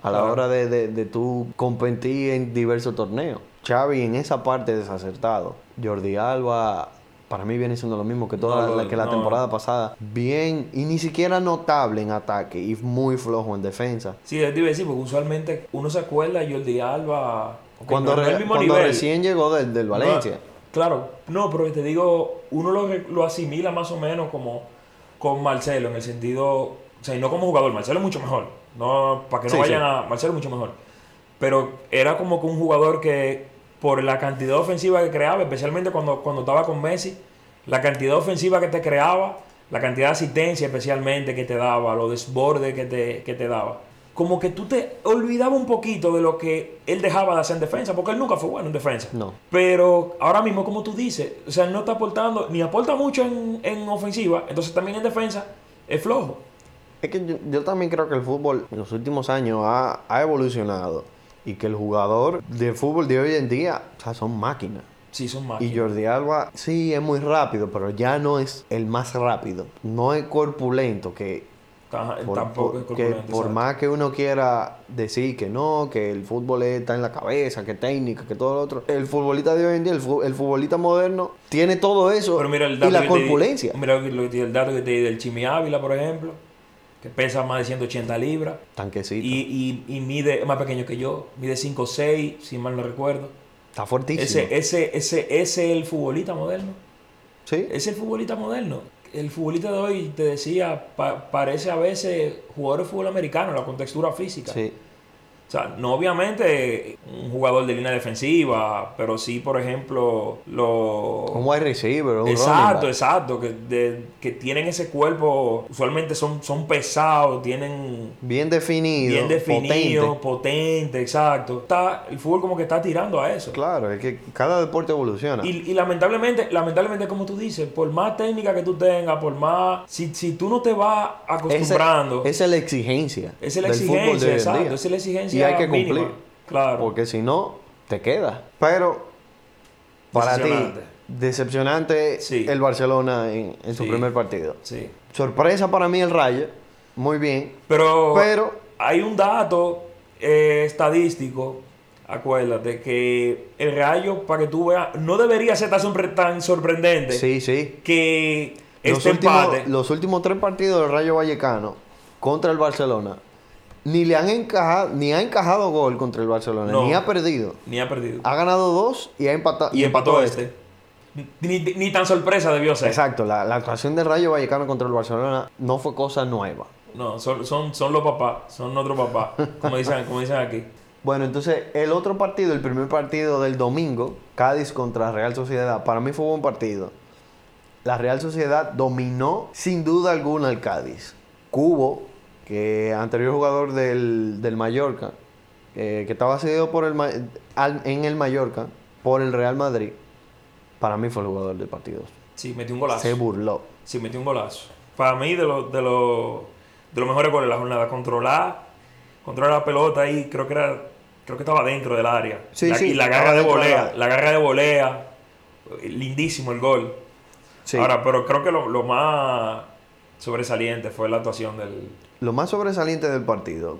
S1: a la
S2: Claro.
S1: hora de, de, de tú competir en diversos torneos. Xavi en esa parte desacertado. Jordi Alba, para mí viene siendo lo mismo que toda
S2: No,
S1: la,
S2: lo-
S1: que la
S2: no.
S1: temporada pasada. Bien, y ni siquiera notable en ataque y muy flojo en defensa.
S2: Sí, yo te iba a decir, porque usualmente uno se acuerda de Jordi Alba. ok,
S1: Cuando,
S2: no- no
S1: re-
S2: el mismo
S1: cuando
S2: nivel.
S1: recién llegó del, del
S2: No,
S1: Valencia.
S2: claro, no, pero te digo, uno lo, re- lo asimila más o menos como con Marcelo, en el sentido, o sea, y no como jugador, Marcelo es mucho mejor, no, para que no
S1: Sí,
S2: vayan
S1: sí.
S2: a, Marcelo es mucho mejor, pero era como que un jugador que por la cantidad ofensiva que creaba, especialmente cuando, cuando estaba con Messi, la cantidad ofensiva que te creaba, la cantidad de asistencia especialmente que te daba, los desbordes que te, que te daba. Como que tú te olvidabas un poquito de lo que él dejaba de hacer en defensa, porque él nunca fue bueno en defensa.
S1: No.
S2: Pero ahora mismo, como tú dices, o sea, él no está aportando, ni aporta mucho en, en ofensiva, entonces también en defensa es flojo.
S1: Es que yo, yo también creo que el fútbol en los últimos años ha, ha evolucionado y que el jugador de fútbol de hoy en día o sea, son máquinas.
S2: Sí, son más.
S1: Y Jordi Alba sí es muy rápido, pero ya no es el más rápido. No es corpulento, que
S2: Tan-
S1: Por-
S2: tampoco
S1: por-
S2: es
S1: que
S2: corpulento,
S1: por
S2: exacto.
S1: más que uno quiera decir que no, que el fútbol está en la cabeza, que técnica, que todo lo otro, el futbolista de hoy en día, el, fu- el futbolista moderno, tiene todo eso
S2: Pero mira el
S1: y
S2: dato
S1: la
S2: que te di-
S1: corpulencia.
S2: mira lo que- lo que te di- el dato que te di del Chimi Ávila, por ejemplo, que pesa más de 180 libras
S1: Tanquecito.
S2: y, y, y mide, es más pequeño que yo, mide 5 o 6, si mal no recuerdo.
S1: está fuertísimo.
S2: Ese, ese, ese, ese es el futbolista moderno.
S1: sí,
S2: Es el futbolista moderno. El futbolista de hoy, te decía, pa- parece a veces jugador de fútbol americano, la contextura física.
S1: sí.
S2: O sea, no obviamente un jugador de línea defensiva, pero sí, por ejemplo, los...
S1: Un wide receiver, un running
S2: Exacto,
S1: back.
S2: exacto, que, de- que tienen ese cuerpo, usualmente son, son pesados, tienen
S1: Bien definido,
S2: bien definido,
S1: potente.
S2: potente, exacto. Está, el fútbol como que está tirando a eso.
S1: Claro, es que cada deporte evoluciona.
S2: Y, y lamentablemente, lamentablemente, como tú dices, por más técnica que tú tengas, por más. Si, si tú no te vas acostumbrando,
S1: Esa, esa es la exigencia.
S2: esa es la
S1: del fútbol de hoy
S2: exigencia,
S1: en
S2: exacto.
S1: día.
S2: Esa es la exigencia.
S1: Y hay que
S2: mínima.
S1: cumplir.
S2: Claro.
S1: Porque si no, te queda. Pero, para ti,
S2: Decepcionante.
S1: decepcionante
S2: Sí.
S1: el Barcelona en, en su
S2: Sí.
S1: primer partido.
S2: Sí.
S1: Sorpresa para mí el Rayo. Muy bien.
S2: Pero,
S1: Pero-
S2: hay un dato eh, estadístico, acuérdate, que el rayo, para que tú veas, no debería ser tan, sorpre- tan sorprendente
S1: Sí, sí.
S2: que
S1: Los
S2: este
S1: últimos,
S2: empate.
S1: los últimos tres partidos del Rayo Vallecano contra el Barcelona, ni le han encajado, ni ha encajado gol contra el Barcelona,
S2: No.
S1: ni ha perdido.
S2: Ni ha perdido.
S1: Ha ganado dos Ah, y ha empatado.
S2: y empató este. Ni, ni tan sorpresa debió ser.
S1: Exacto, la, la actuación del Rayo Vallecano contra el Barcelona no fue cosa nueva.
S2: No, son, son, son los papás, son otros papás, como dicen, como dicen aquí.
S1: Bueno, entonces el otro partido, el primer partido del domingo, Cádiz contra Real Sociedad, para mí fue un buen partido. La Real Sociedad dominó sin duda alguna al Cádiz. Cubo, que anterior jugador del, del Mallorca, eh, que estaba cedido por el, Ma- al- en el Mallorca por el Real Madrid, para mí fue el jugador del partido.
S2: Sí, metió un golazo.
S1: Se burló.
S2: Sí, metió un golazo. Para mí, de los de los de los mejores goles de la jornada. Controlar, controlar la pelota ahí, creo que era, creo que estaba dentro del área.
S1: Sí,
S2: La-
S1: sí,
S2: y la
S1: estaba
S2: garra de
S1: dentro del
S2: volea,
S1: área.
S2: la garra de volea. Lindísimo el gol.
S1: Sí.
S2: Ahora, pero creo que lo, lo más sobresaliente fue la actuación del.
S1: Lo más sobresaliente del partido,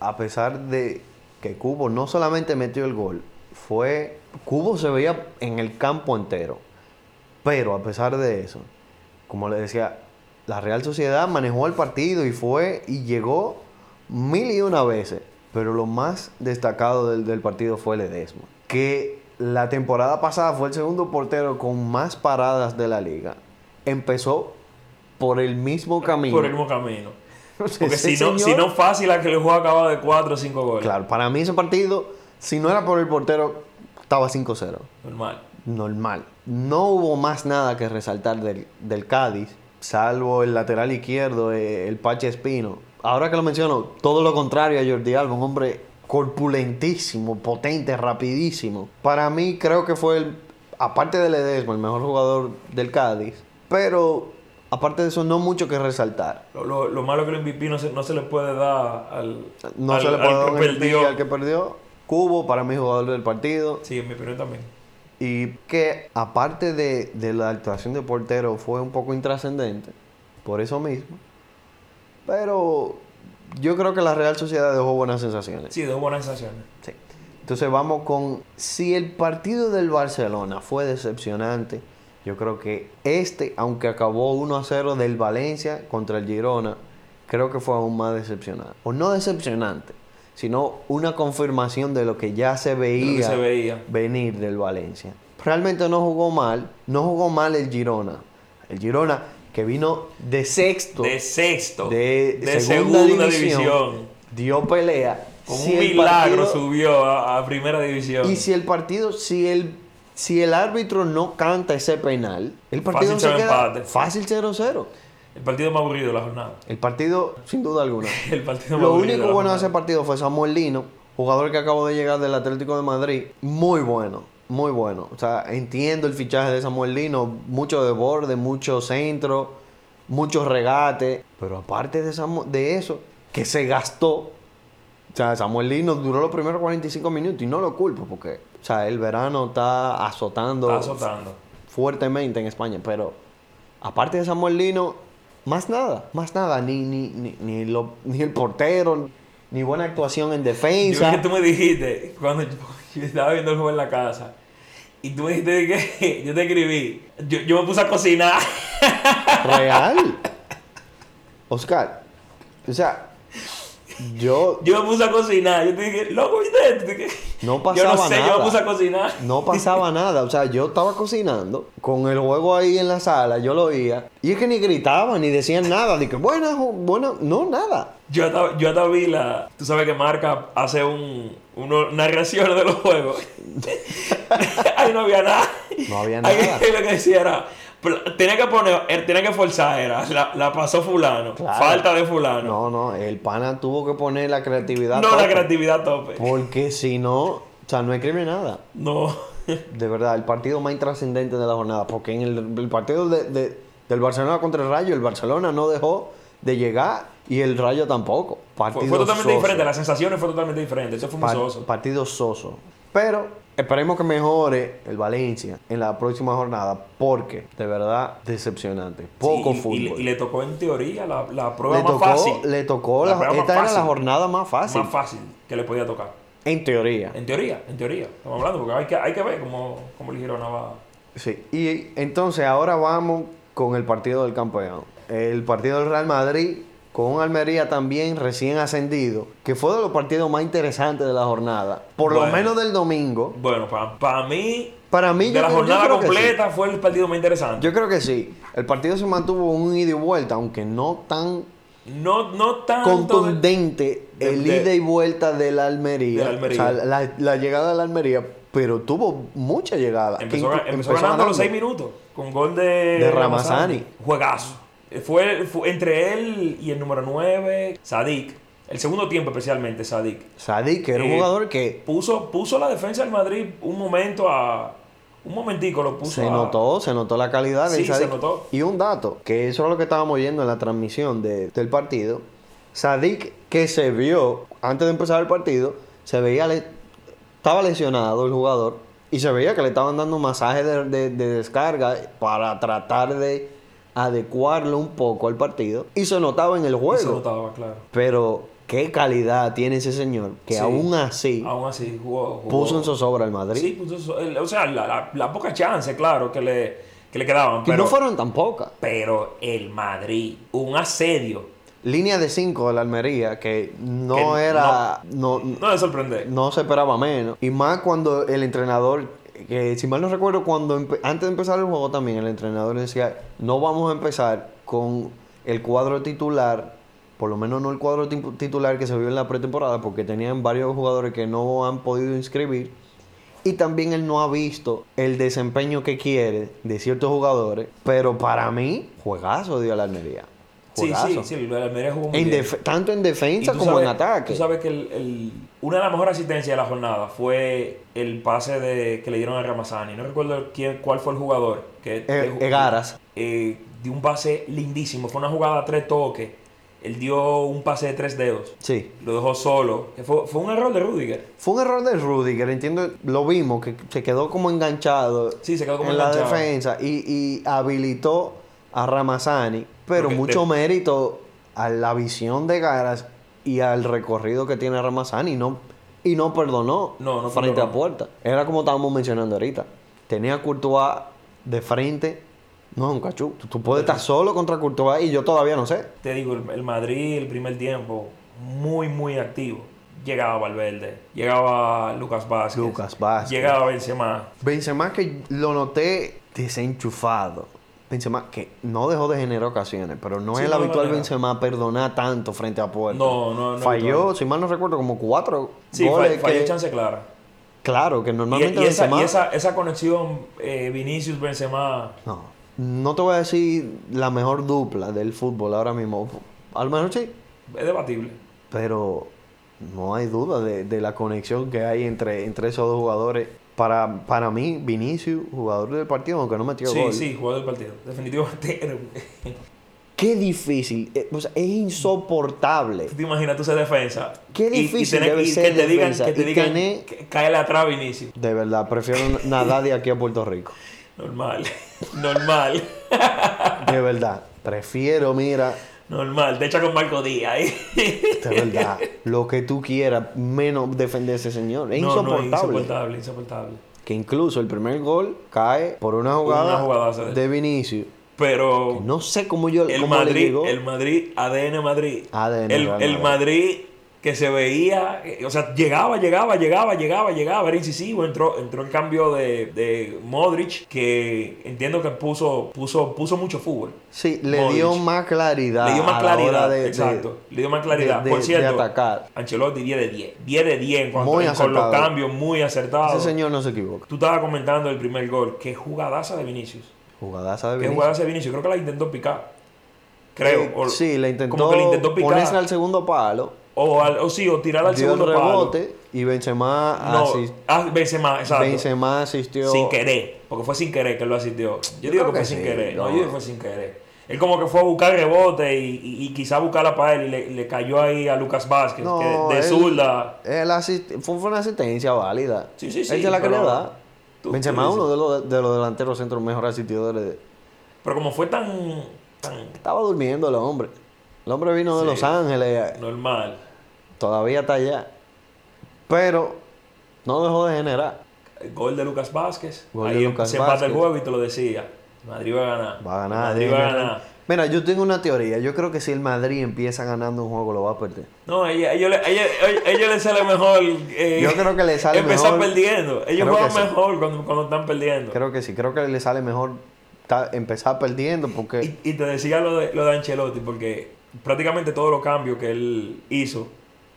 S1: a pesar de que Cubo no solamente metió el gol, fue. Cubo se veía en el campo entero. Pero a pesar de eso, como le decía, la Real Sociedad manejó el partido y fue y llegó mil y una veces. Pero lo más destacado del, del partido fue Ledesma. Que la temporada pasada fue el segundo portero con más paradas de la liga. Empezó por el mismo camino.
S2: Por el mismo camino. Porque
S1: Ese
S2: si no,
S1: señor-
S2: si no fácil a que el juego acaba de 4 o 5 goles.
S1: Claro, para mí ese partido, si no era por el portero, estaba 5-0.
S2: Normal.
S1: Normal. No hubo más nada que resaltar del, del Cádiz, salvo el lateral izquierdo, eh, el Pache Espino. Ahora que lo menciono, todo lo contrario a Jordi Alba, un hombre corpulentísimo, potente, rapidísimo. Para mí creo que fue, el, aparte de Ledesma, el mejor jugador del Cádiz. Pero, aparte de eso, no mucho que resaltar.
S2: Lo, lo- lo malo que el MVP no se, no se le puede dar al.
S1: No
S2: al-
S1: se le
S2: al
S1: puede dar un
S2: que
S1: MVP
S2: perdió.
S1: al que perdió. Cubo, para mí, jugador del partido.
S2: Sí, en mi opinión también.
S1: Y que, aparte de, de la actuación de portero, fue un poco intrascendente. Por eso mismo. Pero yo creo que la Real Sociedad dejó buenas sensaciones.
S2: Sí, dejó buenas sensaciones.
S1: Sí. Entonces vamos con, si el partido del Barcelona fue decepcionante, yo creo que este, aunque acabó 1 a 0 del Valencia contra el Girona, creo que fue aún más decepcionante. O no decepcionante, sino una confirmación de lo que ya se
S2: de lo que
S1: veía,
S2: se veía.
S1: venir del Valencia. Realmente no jugó mal, no jugó mal el Girona. El Girona que vino de sexto
S2: De sexto.
S1: de,
S2: de
S1: segunda, división, dio pelea.
S2: Con
S1: Si
S2: un
S1: el
S2: milagro
S1: partido-
S2: subió a, a primera división.
S1: y si el partido, si el, si el árbitro no canta ese penal, el partido
S2: Fácil
S1: se
S2: será
S1: queda
S2: empate.
S1: fácil 0-0.
S2: El partido más aburrido de la jornada.
S1: El partido, sin duda alguna.
S2: El partido más
S1: Lo
S2: aburrido de
S1: único
S2: la
S1: bueno de ese
S2: jornada.
S1: partido fue Samuel Lino, jugador que acabó de llegar del Atlético de Madrid. Muy bueno, muy bueno. O sea, entiendo el fichaje de Samuel Lino. Mucho de borde, mucho centro, muchos regates. Pero aparte de, Samu- de eso, que se gastó. O sea, Samuel Lino duró los primeros 45 minutos y no lo culpo porque, o sea, el verano está azotando
S2: Está azotando.
S1: fuertemente en España. Pero aparte de Samuel Lino, Más nada, más nada. Ni, ni, ni, ni, lo- ni el portero, ni buena actuación en
S2: Yo vi que
S1: defensa.
S2: tú me dijiste, cuando yo, yo estaba viendo el juego en la casa, y tú me dijiste que yo te escribí, yo, yo me puse a cocinar.
S1: Real. Oscar, o sea, yo
S2: Yo me puse a cocinar. Yo te dije, loco, ¿viste esto? Te dije,
S1: No
S2: Yo no
S1: pasaba
S2: sé, yo me
S1: nada.
S2: puse a cocinar.
S1: no pasaba nada. O sea, yo estaba cocinando con el juego ahí en la sala, yo lo oía. Y es que ni gritaban, ni decían nada. De que, buena, jo- buena, no, nada.
S2: Yo hasta, yo hasta vi la. Tú sabes que Marca hace un, uno, narraciones de los juegos. Ahí no había nada.
S1: No había nada.
S2: Ahí lo que decía era. pla- Tenía que poner, er, tenía que forzar, era. La, la pasó Fulano.
S1: Claro.
S2: Falta de Fulano.
S1: No, no, el pana tuvo que poner la creatividad.
S2: No, la
S1: tope.
S2: creatividad tope.
S1: Porque si no, o sea, no escribe nada.
S2: No.
S1: De verdad, el partido más intrascendente de la jornada. Porque en el, el partido de- de- del Barcelona contra el Rayo, el Barcelona no dejó de llegar y el Rayo tampoco.
S2: Fue,
S1: Partido
S2: fue totalmente
S1: soso.
S2: diferente. Las sensaciones fue totalmente diferente. Eso fue muy
S1: Pa-
S2: soso.
S1: Partido soso. Pero esperemos que mejore el Valencia en la próxima jornada. Porque, de verdad, decepcionante. Poco
S2: Sí, y-
S1: fútbol.
S2: y, le- y le tocó en teoría la, la prueba
S1: Le
S2: más
S1: tocó,
S2: fácil.
S1: le tocó
S2: La
S1: la-
S2: prueba más
S1: esta era la
S2: fácil.
S1: jornada más fácil.
S2: Más fácil que le podía tocar.
S1: en teoría.
S2: En teoría, en teoría. Estamos hablando porque hay que, hay que ver cómo, cómo el Girona va.
S1: Sí, y entonces ahora vamos con el partido del campeón. El partido del Real Madrid con un Almería también recién ascendido, que fue de los partidos más interesantes de la jornada, por
S2: Bueno.
S1: lo menos del domingo.
S2: Bueno, para mí,
S1: Para mí,
S2: de
S1: yo
S2: la
S1: cre- yo
S2: jornada
S1: creo que sí.
S2: completa fue el partido más interesante.
S1: Yo creo que sí. El partido se mantuvo un ida y vuelta, aunque no tan
S2: no, no tanto. de-
S1: contundente
S2: de-
S1: el
S2: de-
S1: ida y vuelta de la Almería.
S2: de la Almería.
S1: O sea, la, la llegada de la Almería, pero tuvo mucha llegada.
S2: empezó,
S1: Inclu-
S2: empezó ganando los seis minutos con gol de, de
S1: Ramazani.
S2: Juegazo. Fue, fue entre él y el número 9, Sadik. El segundo tiempo, especialmente, Sadik.
S1: Sadik, que era un
S2: Eh,
S1: jugador que
S2: Puso, puso la defensa del Madrid un momento a. Un momentico lo puso.
S1: Se
S2: a-
S1: notó, se notó la calidad. de
S2: Sí, se
S1: Sadik.
S2: notó.
S1: Y un dato, que eso es lo que estábamos viendo en la transmisión de- del partido. Sadik, que se vio antes de empezar el partido, se veía, le- estaba lesionado el jugador y se veía que le estaban dando un masaje de, de- de descarga para tratar de adecuarlo un poco al partido. Y se notaba en el
S2: y
S1: juego.
S2: Se notaba, claro.
S1: Pero qué calidad tiene ese señor, que
S2: Sí.
S1: aún así
S2: Aún así, jugó. jugó-
S1: puso en zozobra al Madrid.
S2: Sí, puso en so- el- o sea, la, la- la poca chance, claro, que le, que le quedaban.
S1: Que
S2: Pero,
S1: no fueron tan pocas.
S2: pero el Madrid, un asedio.
S1: Línea de 5 de la Almería, que no
S2: Que
S1: era. No, no,
S2: No le sorprende.
S1: se esperaba menos. Y más cuando el entrenador. Que si mal no recuerdo, cuando empe- antes de empezar el juego también, el entrenador decía: No vamos a empezar con el cuadro titular. Por lo menos no el cuadro tipu- titular que se vio en la pretemporada, porque tenían varios jugadores que no han podido inscribir. Y también él no ha visto el desempeño que quiere de ciertos jugadores. Pero para mí, juegazo dio la Almería.
S2: Sí,
S1: Juegazo.
S2: sí, sí, el Almería jugó muy
S1: En
S2: bien.
S1: def- tanto en
S2: Y
S1: defensa
S2: tú
S1: como en
S2: sabes-
S1: ataque.
S2: Tú sabes que el- el- una de las mejores asistencias de la jornada fue el pase de, que le dieron a Ramazani. No recuerdo quién, cuál fue el jugador. Que,
S1: E-
S2: que-
S1: Egaras.
S2: eh, dio un pase lindísimo. Fue una jugada a tres toques. Él dio un pase de tres dedos.
S1: Sí.
S2: Lo dejó solo. Que Fue, fue un error de Rudiger.
S1: Fue un error de Rudiger, entiendo, lo vimos, que se quedó como enganchado
S2: Sí, se quedó como
S1: en
S2: enganchado.
S1: la defensa y, y habilitó a Ramazani, pero
S2: Porque
S1: mucho
S2: de-
S1: mérito a la visión de Garas y al recorrido que tiene Ramazani no, y no perdonó
S2: No, no
S1: frente
S2: perdonó.
S1: a puerta. Era como estábamos mencionando ahorita, tenía a Courtois de frente, no es un cachú, tú, tú puedes estar solo contra Courtois y yo todavía no sé.
S2: Te digo, el, el Madrid, el primer tiempo, muy, muy activo. Llegaba Valverde, llegaba Lucas Vázquez.
S1: Lucas Vázquez.
S2: Llegaba Benzema.
S1: Benzema que lo noté desenchufado. Benzema que no dejó de generar ocasiones, pero no
S2: Sí,
S1: es el
S2: no,
S1: habitual
S2: no, no.
S1: Benzema perdonar tanto frente a puerta.
S2: No, no, no.
S1: Falló, si mal no recuerdo, como cuatro
S2: Sí, fall-
S1: goles.
S2: falló
S1: que-
S2: chance clara.
S1: Claro, que
S2: Y,
S1: normalmente
S2: y esa,
S1: Benzema...
S2: y esa, esa conexión eh, Vinicius-Benzema...
S1: No, no te voy a decir la mejor dupla del fútbol ahora mismo. A lo mejor sí,
S2: Es debatible.
S1: pero no hay duda de, de la conexión que hay entre, entre esos dos jugadores. Para, para mí, Vinicius, jugador del partido, aunque no metió
S2: sí,
S1: gol.
S2: sí, jugador del partido. Definitivamente. era un-
S1: Qué difícil, eh, o sea, es insoportable.
S2: Tú te imaginas tú ser defensa.
S1: Qué
S2: y- y
S1: difícil
S2: tener-
S1: debe
S2: y
S1: ser
S2: que te digan,
S1: defensa,
S2: que te
S1: y
S2: digan,
S1: tener-
S2: que- cáele atrás Vinicius.
S1: De verdad, prefiero nadar de aquí a Puerto Rico.
S2: Normal. Normal.
S1: de verdad, prefiero, mira,
S2: Normal, te echa con Marco Díaz ahí.
S1: de verdad, lo que tú quieras, menos defender a ese señor. Es
S2: No, no,
S1: insoportable.
S2: insoportable, insoportable.
S1: Que incluso el primer gol cae por una jugada,
S2: una jugadaza de-
S1: de Vinicius.
S2: Pero
S1: No sé cómo yo
S2: el
S1: cómo le
S2: Madrid,
S1: llegó.
S2: el Madrid, ADN Madrid.
S1: ADN,
S2: el,
S1: Real
S2: el
S1: Madrid.
S2: Madrid que se veía, eh, o sea, llegaba, llegaba, llegaba, llegaba, llegaba, era incisivo, entró, entró el cambio de, de Modric, que entiendo que puso, puso, puso mucho fútbol.
S1: Sí, le
S2: Modric.
S1: dio más claridad.
S2: Le dio más
S1: a la hora
S2: claridad,
S1: de- de-
S2: exacto. le dio más claridad.
S1: de- de-
S2: Por
S1: de
S2: cierto,
S1: atacar.
S2: Ancelotti 10 de 10. 10 de 10 en cuanto
S1: Muy
S2: en- con los
S1: acertado.
S2: cambios, muy acertado.
S1: Ese señor no se equivoca.
S2: Tú estabas comentando el primer gol. Qué jugadaza de Vinicius.
S1: Jugadaza de
S2: Qué
S1: Vinicius.
S2: jugadaza de Vinicius. Creo que la intentó picar. Creo.
S1: Eh,
S2: o-
S1: sí, le intentó,
S2: Como que le intentó picar.
S1: ponerse al segundo palo.
S2: O, al- o sí, o tirar al
S1: dio el
S2: segundo palo.
S1: rebote y Benzema,
S2: No,
S1: asis-
S2: ah, Benzema, exacto.
S1: Benzema asistió.
S2: Sin querer. Porque fue sin querer que él lo asistió. Yo, digo
S1: creo
S2: que fue
S1: que
S2: sin
S1: sí,
S2: querer. No,
S1: no.
S2: yo digo que fue sin querer. Él como que fue a buscar rebote y, y, y quizá buscarla para él y le, le cayó ahí a Lucas Vázquez,
S1: No,
S2: que de
S1: él-
S2: zurda.
S1: él asist- fue, fue una asistencia válida.
S2: Sí, sí, sí,
S1: Él se la
S2: pero-
S1: quería dar.
S2: Tú-
S1: Benzema es
S2: tú dices.
S1: uno de los, de los delanteros centros mejor asistidores. de-
S2: Pero como fue tan, tan
S1: Estaba durmiendo el hombre. El hombre vino de
S2: Sí.
S1: Los Ángeles.
S2: normal.
S1: Todavía está allá. Pero no dejó de generar.
S2: El gol de Lucas Vázquez.
S1: Gol de
S2: ahí
S1: Lucas
S2: se empata el
S1: Vázquez.
S2: juego y te lo decía. Madrid va a ganar.
S1: Va a ganar.
S2: Madrid
S1: debe
S2: va a
S1: ganar.
S2: ganar.
S1: Mira, yo tengo una teoría. Yo creo que si el Madrid empieza ganando un juego, lo va a perder.
S2: No, a ellos, a ellos, a ellos- a ellos les sale mejor. eh,
S1: Yo creo que les sale
S2: empezar
S1: mejor.
S2: perdiendo. Ellos
S1: Creo
S2: juegan
S1: que sí.
S2: mejor cuando, cuando están perdiendo.
S1: Creo que sí. Creo que le sale mejor ta- empezar perdiendo porque...
S2: Y, y te decía lo de, lo de Ancelotti, porque prácticamente todos los cambios que él hizo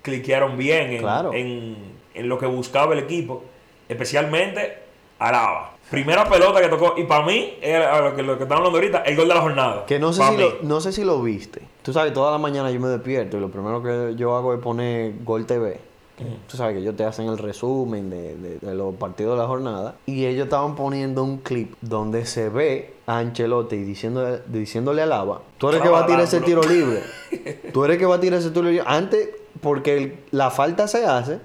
S2: cliquearon bien en,
S1: Claro.
S2: en, en lo que buscaba el equipo, especialmente Araba. Primera pelota que tocó, y para mí, era lo que, lo que estamos hablando ahorita, el gol de la jornada.
S1: Que no sé,
S2: Pa'
S1: si
S2: mí.
S1: lo, no sé si lo viste. Tú sabes, toda la mañana yo me despierto y lo primero que yo hago es poner Gol TV. Tú sabes que ellos te hacen el resumen de, de- de los partidos de la jornada. Y ellos estaban poniendo un clip donde se ve a Ancelotti diciéndole, diciéndole a Lava, tú eres el que va a tirar ese tiro libre. Tú eres el que va a tirar ese tiro libre. Antes, porque el- la falta se hace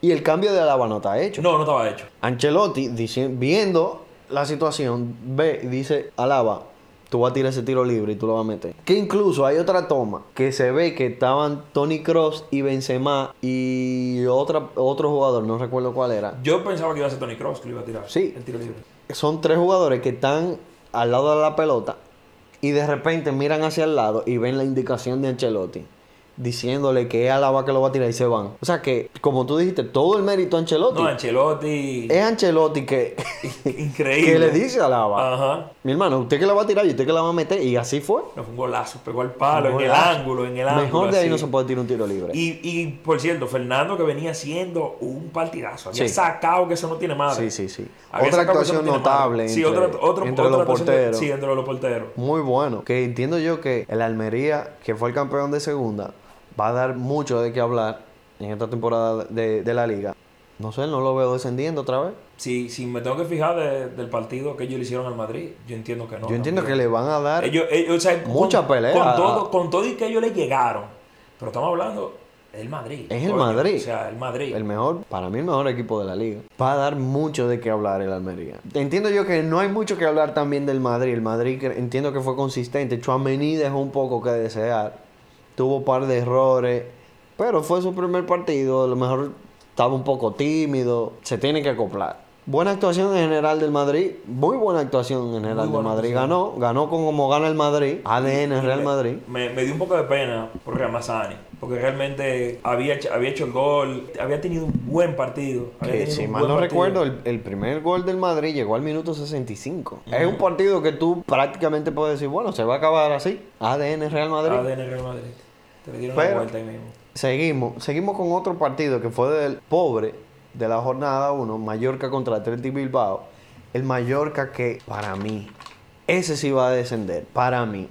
S1: y el cambio de Lava no está hecho.
S2: No, no estaba hecho.
S1: Ancelotti, dici- viendo la situación, ve y dice, Alaba, tú vas a tirar ese tiro libre y tú lo vas a meter. Que incluso hay otra toma que se ve que estaban Tony Cross y Benzema y otra, otro jugador, no recuerdo cuál era.
S2: Yo pensaba que iba a ser Tony Cross que lo iba a tirar.
S1: Sí.
S2: El tiro libre.
S1: Son tres jugadores que están al lado de la pelota y de repente miran hacia el lado y ven la indicación de Ancelotti. Diciéndole que es Alaba que lo va a tirar y se van. O sea que, como tú dijiste, todo el mérito a Ancelotti.
S2: No, Ancelotti.
S1: es Ancelotti que,
S2: increíble. Ah,
S1: que le dice a Alaba.
S2: Ajá.
S1: Mi hermano, usted que la va a tirar y usted que la va a meter. Y así fue.
S2: No, fue un golazo, pegó al palo, Ah, en el
S1: Golazo.
S2: ángulo, en el ángulo.
S1: Mejor de ahí
S2: así.
S1: no se puede tirar un tiro libre.
S2: Y, y por cierto, Fernando que venía haciendo un partidazo. Había
S1: Sí.
S2: sacado que eso no tiene
S1: sí,
S2: madre.
S1: sí, sí.
S2: Había
S1: Otra
S2: sacado que eso
S1: actuación
S2: no tiene madre.
S1: notable
S2: Sí,
S1: entre,
S2: otro, otro,
S1: entre
S2: otra
S1: los
S2: actuación de-
S1: porteros.
S2: sí, entre los porteros.
S1: Muy bueno. Que entiendo yo que el Almería, que fue el campeón de segunda, va a dar mucho de qué hablar en esta temporada de, de la liga. No sé, no lo veo descendiendo otra vez.
S2: Si, si me tengo que fijar de- del partido que ellos le hicieron al Madrid, yo entiendo que no.
S1: yo entiendo
S2: también.
S1: que le van a dar...
S2: Ellos, ellos, o sea, con-
S1: Mucha pelea.
S2: Con todo, con todo y que ellos le llegaron. Pero estamos hablando del Madrid.
S1: Es el Madrid.
S2: O sea, el Madrid.
S1: El mejor, para mí el mejor equipo de la liga. Va a dar mucho de qué hablar el Almería. Entiendo yo que no hay mucho que hablar también del Madrid. El Madrid que- entiendo que fue consistente. Chuamení dejó un poco que desear. Tuvo un par de errores. Pero fue su primer partido. A lo mejor estaba un poco tímido. Se tiene que acoplar. Buena actuación en general del Madrid. Muy buena actuación en general
S2: Muy
S1: del
S2: buena
S1: Madrid. Ganó. Ganó con como gana el Madrid. ADN Real Madrid.
S2: Me, me dio un poco de pena por Ramazani, porque realmente había, hecho- había hecho el gol, había tenido un buen partido. había
S1: Que
S2: tenido
S1: si
S2: un
S1: mal
S2: buen
S1: no
S2: partido.
S1: recuerdo, el, el primer gol del Madrid llegó al minuto 65. Es un partido que tú prácticamente puedes decir, bueno, se va a acabar así. ADN Real Madrid.
S2: ADN Real Madrid. Te le dieron
S1: Pero-
S2: una vuelta ahí mismo.
S1: Seguimos, seguimos con otro partido que fue del pobre de la jornada 1, Mallorca contra Atleti Bilbao. El Mallorca que, para mí, ese sí va a descender, para mí.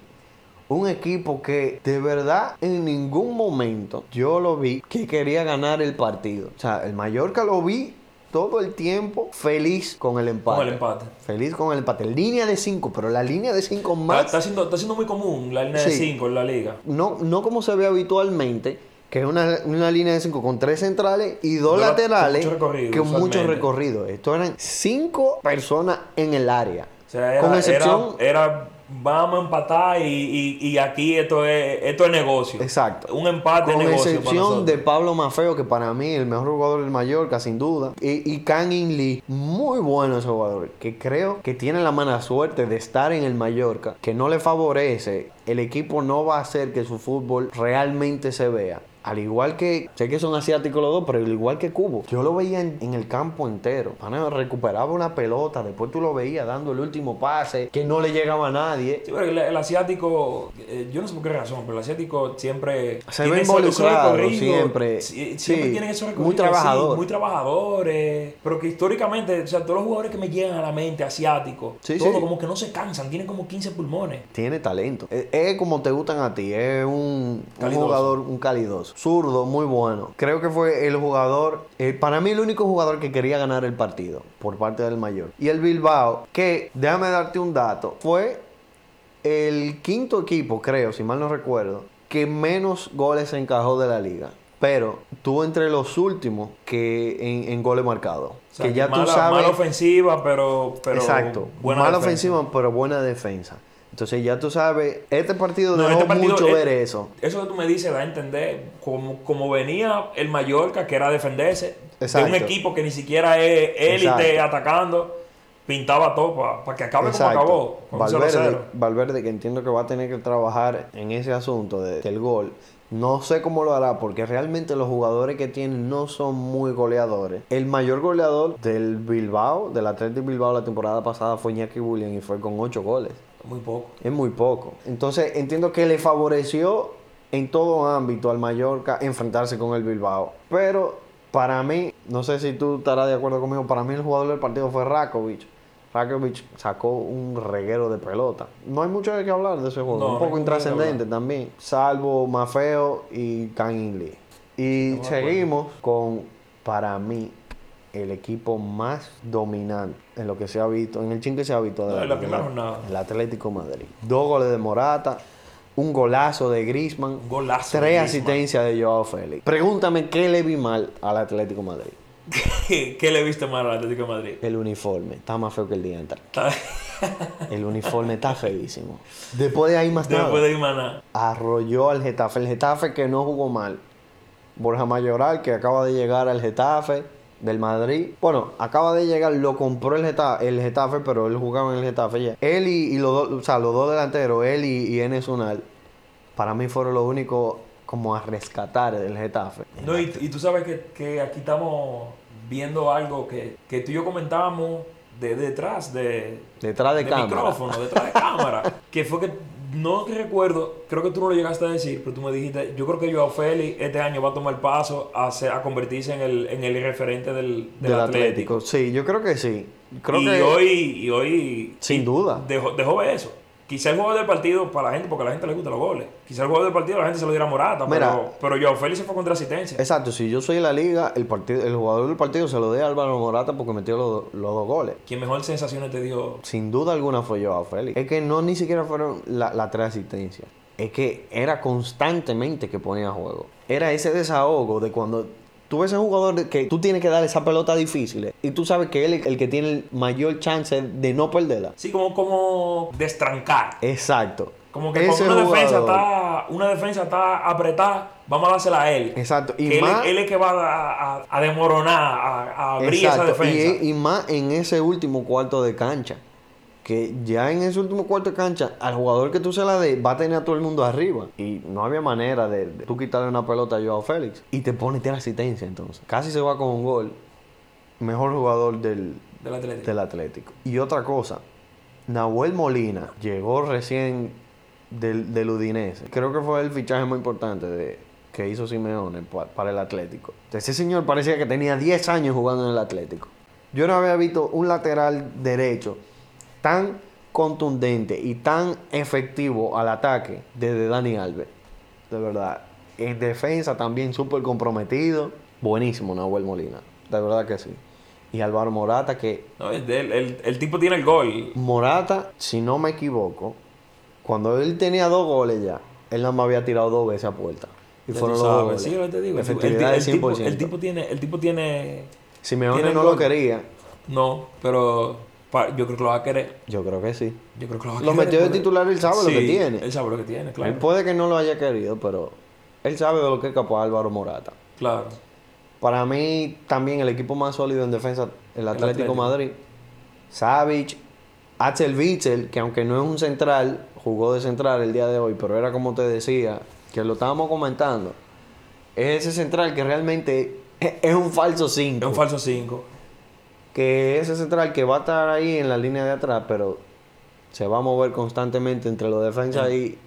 S1: Un equipo que de verdad en ningún momento yo lo vi que quería ganar el partido. O sea, el Mallorca lo vi todo el tiempo feliz con el empate.
S2: Con el empate.
S1: Feliz con el empate. Línea de 5, pero la línea de 5
S2: Está,
S1: más
S2: está siendo, está siendo muy común la línea de
S1: Sí.
S2: 5 en la liga.
S1: no, no como se ve habitualmente, que es una, una línea de 5 con tres centrales y dos
S2: Dos la-
S1: laterales
S2: con mucho recorrido,
S1: que mucho
S2: usualmente.
S1: recorrido. Esto eran cinco personas en el área.
S2: O sea, era,
S1: con excepción
S2: era, era vamos a empatar y, y- y aquí esto es, esto es negocio.
S1: Exacto.
S2: Un empate
S1: Con
S2: es negocio. para
S1: excepción
S2: nosotros.
S1: de Pablo Mafeo, que para mí el mejor jugador del Mallorca, sin duda. Y, y Kang In Lee, muy bueno ese jugador, que creo que tiene la mala suerte de estar en el Mallorca, que no le favorece. El equipo no va a hacer que su fútbol realmente se vea. Al igual que, sé que son asiáticos los dos, pero al igual que Cubo, yo lo veía en, en el campo entero. Pana, recuperaba una pelota, después tú lo veías dando el último pase, que no le llegaba a nadie.
S2: Sí, pero el, el asiático, eh, yo no sé por qué razón, pero el asiático siempre
S1: Se
S2: tiene
S1: ve
S2: esos- esos
S1: involucrado
S2: recorridos,
S1: siempre.
S2: si- siempre
S1: Sí,
S2: tienen esos
S1: muy
S2: recorridos, sí,
S1: trabajador.
S2: muy trabajadores. Pero que históricamente, o sea, todos los jugadores que me llegan a la mente, asiáticos,
S1: Sí,
S2: todos
S1: sí.
S2: como que no se cansan, tienen como 15 pulmones.
S1: Tiene talento. Es, es como te gustan a ti. Es un, un
S2: Calidoso.
S1: jugador, un calidoso. Zurdo, muy bueno. Creo que fue el jugador, eh, para mí el único jugador que quería ganar el partido por parte del mayor. Y el Bilbao, que, déjame darte un dato, fue el quinto equipo, creo, si mal no recuerdo, que menos goles encajó de la liga. Pero tuvo entre los últimos que en, en goles marcados.
S2: O sea,
S1: que ya
S2: mala,
S1: tú sabes.
S2: mala ofensiva, pero, pero
S1: Exacto.
S2: buena
S1: Mala
S2: defensa.
S1: ofensiva, pero buena defensa. Entonces ya tú sabes, este partido
S2: No,
S1: dejó
S2: este partido
S1: mucho
S2: es-
S1: ver eso.
S2: Eso que tú me dices da a entender como, como venía el Mallorca, que era defenderse,
S1: Exacto.
S2: de un equipo que ni siquiera es élite
S1: Exacto.
S2: atacando, pintaba todo para que acabe
S1: Exacto.
S2: como acabó, con un 0-0.
S1: Valverde, Valverde, que entiendo que va a tener que trabajar en ese asunto de- del gol. No sé cómo lo hará, porque realmente los jugadores que tiene no son muy goleadores. El mayor goleador del Bilbao, del Atlético Bilbao la temporada pasada fue Iñaki William y fue con 8 goles.
S2: Muy poco.
S1: Es muy poco. Entonces entiendo que le favoreció en todo ámbito al Mallorca enfrentarse con el Bilbao. Pero para mí, no sé si tú estarás de acuerdo conmigo, para mí el jugador del partido fue Rakovic. Rakovic sacó un reguero de pelota. No hay mucho de qué hablar de ese juego.
S2: No,
S1: un
S2: no hay mucho
S1: poco
S2: de qué
S1: intrascendente también. Salvo Mafeo y Can In Lee. Y
S2: Estamos de acuerdo.
S1: seguimos con, para mí, el equipo más dominante en lo que se ha visto, en el chin que se ha visto de
S2: No,
S1: la
S2: en la primera
S1: jornada.
S2: jornada.
S1: El Atlético de Madrid. Dos goles de Morata, un golazo de Griezmann,
S2: Un golazo de
S1: tres
S2: Griezmann.
S1: asistencias de Joao Félix. Pregúntame qué le vi mal al Atlético de Madrid.
S2: ¿Qué le viste mal al Atlético de Madrid?
S1: El uniforme, está más feo que el día de entrar.
S2: Está-
S1: El uniforme está feísimo. Después de ahí más nada.
S2: Después de Imana.
S1: Arrolló al Getafe. El Getafe que no jugó mal. Borja Mayoral, que acaba de llegar al Getafe del Madrid. Bueno, acaba de llegar, lo compró el Getafe, el Getafe pero él jugaba en el Getafe ya. Él y, y los dos, o sea, los dos delanteros, él y, y Enes Unal, para mí fueron los únicos como a rescatar del Getafe.
S2: No, y, y tú sabes que, que aquí estamos viendo algo que, que tú y yo comentábamos de detrás de,
S1: Detrás de, cámara.
S2: micrófono, detrás de cámara. Que fue que, no que recuerdo, creo que tú no lo llegaste a decir, pero tú me dijiste, yo creo que Joao Félix este año va a tomar paso a, ser- a convertirse en el, en el referente del, del
S1: Del
S2: Atlético.
S1: Atlético. Sí, yo creo que sí. Creo
S2: y,
S1: que
S2: hoy, y hoy...
S1: Sin duda.
S2: Dejó, dejó ver eso. Quizá el jugador del partido para la gente, porque a la gente le gustan los goles. Quizá el jugador del partido la gente se lo diera a Morata,
S1: Mira.
S2: pero, pero Joao Félix se fue contra asistencia.
S1: Exacto, si yo soy la liga, el partido, el jugador del partido se lo dé a Álvaro Morata porque metió los, los dos goles.
S2: Quien mejor sensaciones te dio...
S1: Sin duda alguna fue Joao Félix. Es que no ni siquiera fueron la, la tres asistencias. Es que era constantemente que ponía a juego. Era ese desahogo de cuando tú ves a un jugador de- que tú tienes que dar esa pelota difícil eh, y tú sabes que él es el que tiene el mayor chance de no perderla.
S2: Sí, como, como destrancar.
S1: Exacto.
S2: Como que cuando una defensa, está, una defensa está apretada, vamos a dársela a él.
S1: Exacto. Y
S2: Que él,
S1: más...
S2: es- él es que va a, a- a demoronar, a, a abrir esa
S1: Exacto, y-
S2: defensa.
S1: Y, más en ese último cuarto de cancha. Que ya en ese último cuarto de cancha, al jugador que tú se la des, va a tener a todo el mundo arriba. Y no había manera de, de tú quitarle una pelota a Joao Félix. Y te pone la asistencia entonces. Casi se va con un gol. Mejor jugador del,
S2: del Atlético.
S1: del Atlético. Y otra cosa, Nahuel Molina llegó recién del, del Udinese. Creo que fue el fichaje más importante de, que hizo Simeone pa- para el Atlético. Ese señor parecía que tenía 10 años jugando en el Atlético. Yo no había visto un lateral derecho tan contundente y tan efectivo al ataque desde Dani Alves. De verdad. En defensa también súper comprometido. Buenísimo Nahuel Molina. De verdad que sí. Y Álvaro Morata que
S2: No, el, el- el- el tipo tiene el gol.
S1: Morata, si no me equivoco, cuando él tenía dos goles ya, él nada más había tirado dos veces a puerta. Y
S2: Ya
S1: fueron
S2: tú
S1: los dos
S2: sabes,
S1: goles.
S2: sí, yo te digo. El, tipo- el
S1: Efectividad del
S2: tipo,
S1: 100%.
S2: el tipo tiene, el tipo tiene.
S1: Simeone
S2: tiene
S1: no
S2: gol.
S1: lo quería.
S2: No, pero Pa- Yo creo que lo va a querer.
S1: Yo creo que sí.
S2: Yo creo que lo va a
S1: Lo
S2: querer
S1: metió de
S2: porque-
S1: titular, él sabe lo que
S2: Sí,
S1: tiene.
S2: Él sabe lo que tiene, claro.
S1: Él puede que no lo haya querido, pero él sabe de lo que es capaz Álvaro Morata.
S2: Claro.
S1: Para mí, también el equipo más sólido en defensa, el Atlético,
S2: Atlético.
S1: Madrid. Savic, Axel Witzel, que aunque no es un central, jugó de central el día de hoy, pero era como te decía, que lo estábamos comentando. Es ese central que realmente es un falso 5.
S2: Es un falso 5.
S1: que ese central que va a estar ahí en la línea de atrás, pero se va a mover constantemente entre los defensas y,